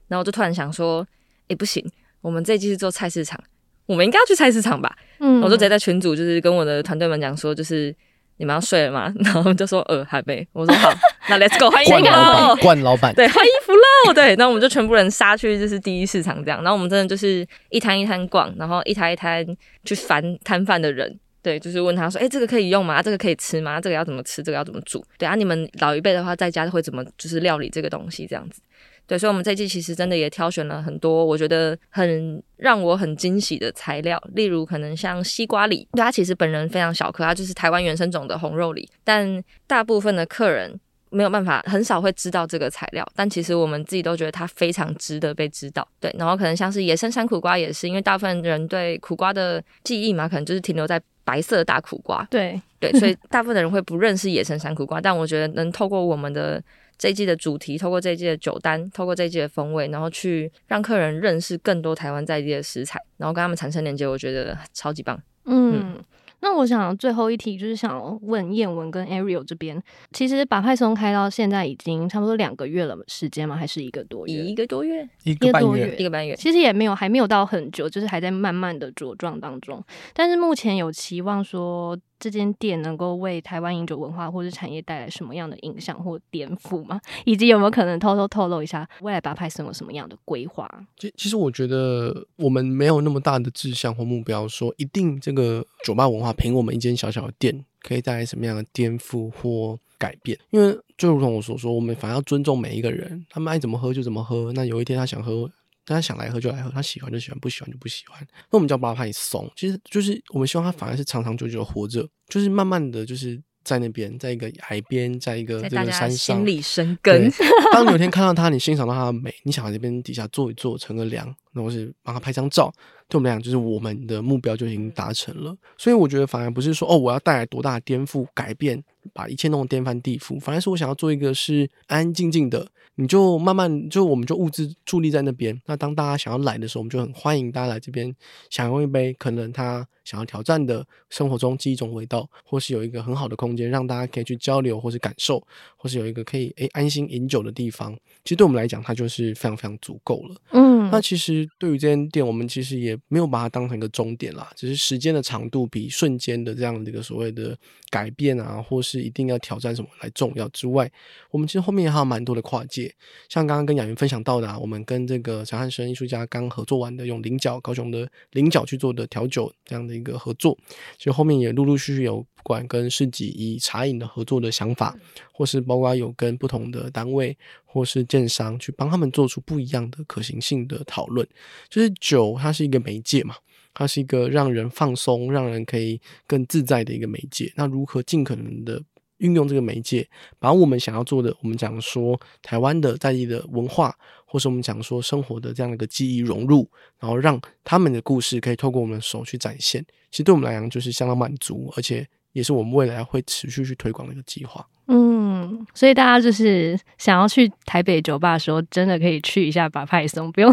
Speaker 2: 然后我就突然想说，诶，不行，我们这一季是做菜市场，我们应该要去菜市场吧？
Speaker 3: 嗯
Speaker 2: 我就直接在群组就是跟我的团队们讲说，就是你们要睡了吗？ 然后他们就说呃还没，我说好，那 Let's go 欢迎
Speaker 4: 冠
Speaker 2: 你
Speaker 4: 老
Speaker 2: 喽
Speaker 4: 板，。冠老板，
Speaker 2: 对，换衣服喽！对，那我们就全部人杀去，就是第一市场这样。然后我们真的就是一摊一摊逛，然后一摊一摊去烦摊贩的人。对，就是问他说：“哎、这个可以用吗？啊这个可以吃吗？这个要怎么吃？这个要怎么煮？”对啊，你们老一辈的话，在家会怎么就是料理这个东西这样子？对，所以我们这一季其实真的也挑选了很多我觉得很让我很惊喜的材料，例如可能像西瓜里，对它其实本人非常小颗，它就是台湾原生种的红肉里，但大部分的客人没有办法，很少会知道这个材料，但其实我们自己都觉得它非常值得被知道。对，然后可能像是野生山苦瓜也是，因为大部分人对苦瓜的记忆嘛，可能就是停留在白色的大苦 瓜，
Speaker 3: 对，
Speaker 2: 对，所以大部分的人会不认识野生山苦瓜，但我觉得能透过我们的这一季的主题，透过这一季的酒单，透过这一季的风味，然后去让客人认识更多台湾在地的食材，然后跟他们产生连接，我觉得超级棒。
Speaker 3: 嗯。那我想最后一题就是想要问燕文跟 Ariel 这边，其实把派松开到现在已经差不多两个月了时间吗？还是一个多月？
Speaker 2: 一个多月，
Speaker 1: 一
Speaker 3: 一
Speaker 1: 个
Speaker 3: 个
Speaker 1: 半
Speaker 3: 多
Speaker 1: 月
Speaker 3: 月，
Speaker 2: 一个半月，
Speaker 3: 其实也没有，还没有到很久，就是还在慢慢的茁壮当中。但是目前有期望说，这间店能够为台湾饮酒文化或是产业带来什么样的影响或颠覆吗？以及有没有可能偷偷透露一下未来把派森有什么样的规划？
Speaker 1: 其其实我觉得我们没有那么大的志向或目标，说一定这个酒吧文化凭我们一间小小的店可以带来什么样的颠覆或改变。因为就如同我所说，我们反而要尊重每一个人，他们爱怎么喝就怎么喝。那有一天他想喝，他想来喝就来喝，他喜欢就喜欢，不喜欢就不喜欢。那我们叫把他松，其实就是我们希望他反而是长长久久地活着，就是慢慢的就是。在那边，在一个海边，在一个
Speaker 2: 在
Speaker 1: 这
Speaker 2: 大
Speaker 1: 个
Speaker 2: 家
Speaker 1: 山上，
Speaker 2: 心里生
Speaker 1: 对
Speaker 2: 根。，
Speaker 1: 当你有一天看到它，你欣赏到它的美，你想在这边底下坐一坐，乘个凉，然后是帮它拍张照，对我们来讲，就是我们的目标就已经达成了。所以我觉得反而不是说哦，我要带来多大的颠覆、改变，把一切弄得天翻地覆，反而是我想要做一个是安安静静的，你就慢慢就我们就物资伫立在那边。那当大家想要来的时候，我们就很欢迎大家来这边享用一杯可能他想要挑战的生活中记忆中的味道，或是有一个很好的空间让大家可以去交流或是感受，或是有一个可以诶安心饮酒的地方。其实对我们来讲，它就是非常非常足够了。
Speaker 3: 嗯
Speaker 1: 那其实对于这间店，我们其实也没有把它当成一个终点啦，只是时间的长度比瞬间的这样的一个所谓的改变啊，或是一定要挑战什么来重要之外，我们其实后面还有蛮多的跨界，像刚刚跟雅云分享到的、啊，我们跟这个陈汉生艺术家刚合作完的，用菱角高雄的菱角去做的调酒这样的一个合作，其实后面也陆陆续续有不管跟市集以茶饮的合作的想法，或是包括有跟不同的单位或是建商去帮他们做出不一样的可行性的讨论。就是酒，它是一个媒介嘛，它是一个让人放松、让人可以更自在的一个媒介。那如何尽可能的运用这个媒介，把我们想要做的，我们讲说台湾的在地的文化，或是我们讲说生活的这样的一个记忆融入，然后让他们的故事可以透过我们的手去展现。其实对我们来讲，就是相当满足，而且也是我们未来会持续去推广的一个计划。
Speaker 3: 嗯，所以大家就是想要去台北酒吧的时候，真的可以去一下把派松，不用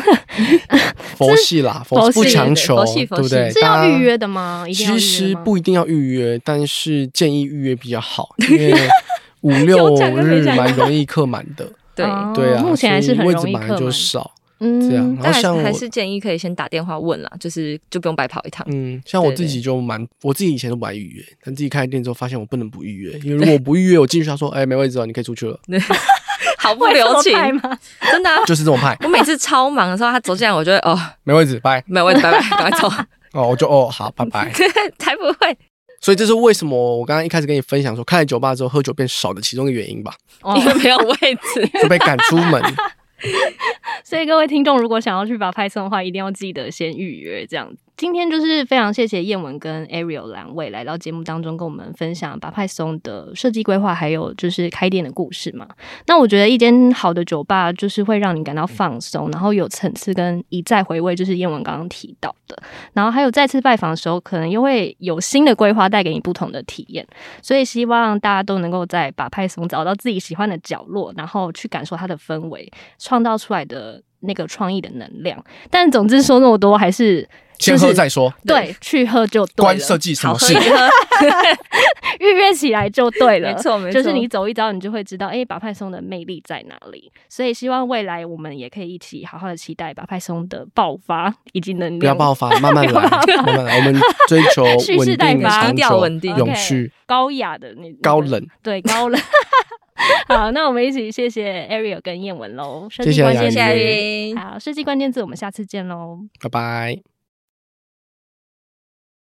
Speaker 1: 佛系啦，佛
Speaker 3: 佛
Speaker 1: 不
Speaker 3: 系
Speaker 1: 强求，
Speaker 2: 佛系佛
Speaker 1: 对不
Speaker 2: 系
Speaker 1: 对？
Speaker 3: 是要
Speaker 1: 大家
Speaker 3: 预约的吗一定要预
Speaker 1: 其
Speaker 3: 约
Speaker 1: 实
Speaker 3: 吗
Speaker 1: 不一定要预约，但是建议预约比较 好，因为五六
Speaker 3: 讲跟没
Speaker 1: 日
Speaker 3: 讲一
Speaker 1: 蛮
Speaker 3: 样
Speaker 1: 容易客满的。
Speaker 2: 对，
Speaker 3: 哦
Speaker 1: 对啊，
Speaker 3: 目前还是
Speaker 1: 所以
Speaker 3: 很
Speaker 1: 位
Speaker 3: 容
Speaker 1: 置
Speaker 3: 易
Speaker 1: 本来
Speaker 3: 客
Speaker 1: 就
Speaker 3: 满
Speaker 1: 少。
Speaker 3: 嗯，
Speaker 1: 这样然后
Speaker 2: 但还是
Speaker 1: 像我
Speaker 2: 还是建议可以先打电话问啦，就是就不用白跑一趟。
Speaker 1: 嗯，像我
Speaker 2: 对
Speaker 1: 自己就蛮，我自己以前都不爱预约，但自己开了店之后发现我不能不预约，因为如果我不预约，我进去他说，哎、没位置了，你可以出去了，
Speaker 2: 毫不
Speaker 3: 会这
Speaker 2: 留
Speaker 3: 么
Speaker 2: 情，
Speaker 3: 快吗？
Speaker 2: 真的啊、
Speaker 1: 就是这种派，
Speaker 2: 我每次超忙的时候，他走进来，我就会哦，
Speaker 1: 没位置，拜。
Speaker 2: 没有位置，拜拜，赶快 走。
Speaker 1: 哦，我就哦好，拜 拜。
Speaker 2: 才不会，
Speaker 1: 所以这是为什么我刚刚一开始跟你分享说，开了酒吧之后喝酒变少的其中一个原因吧，
Speaker 3: 哦
Speaker 2: 因为没有位置。
Speaker 1: 就被赶出门。
Speaker 3: 所以各位听众如果想要去把派送的话，一定要记得先预约。这样，今天就是非常谢谢燕文跟 Ariel 两位来到节目当中，跟我们分享把派送的设计规划，还有就是开店的故事嘛。那我觉得一间好的酒吧就是会让你感到放松，然后有层次跟一再回味，就是燕文刚刚提到的。然后还有再次拜访的时候，可能又会有新的规划带给你不同的体验。所以希望大家都能够在把派松找到自己喜欢的角落，然后去感受它的氛围，创造出来的那个创意的能量。但总之说那么多，还是
Speaker 1: 先喝再说，
Speaker 3: 对，去喝就对了，
Speaker 1: 关设计什
Speaker 2: 好
Speaker 1: 么
Speaker 2: 喝
Speaker 1: 事
Speaker 2: 一？喝，
Speaker 3: 预约起来就对了。
Speaker 2: 没错没错，
Speaker 3: 就是你走一遭，你就会知道，哎、把派松的魅力在哪里。所以希望未来我们也可以一起好好的期待把派松的爆发以及能量。
Speaker 1: 不要爆发，慢慢来，慢慢来。我们追求
Speaker 3: 蓄
Speaker 1: 稳
Speaker 3: 势待
Speaker 1: 定、
Speaker 3: 发
Speaker 1: 长
Speaker 2: 低调
Speaker 1: 久、
Speaker 2: 稳定
Speaker 1: 永续、
Speaker 3: 高雅的那
Speaker 1: 高，冷。
Speaker 3: 对高冷。 好，那我们一起谢谢 Ariel 跟燕文喽，设计
Speaker 1: 谢谢
Speaker 3: 关
Speaker 1: 雅
Speaker 3: 键
Speaker 1: 怡
Speaker 2: 谢谢
Speaker 3: 字
Speaker 2: 阿云
Speaker 3: 好，设计关键字，我们下次见喽。
Speaker 1: 拜拜。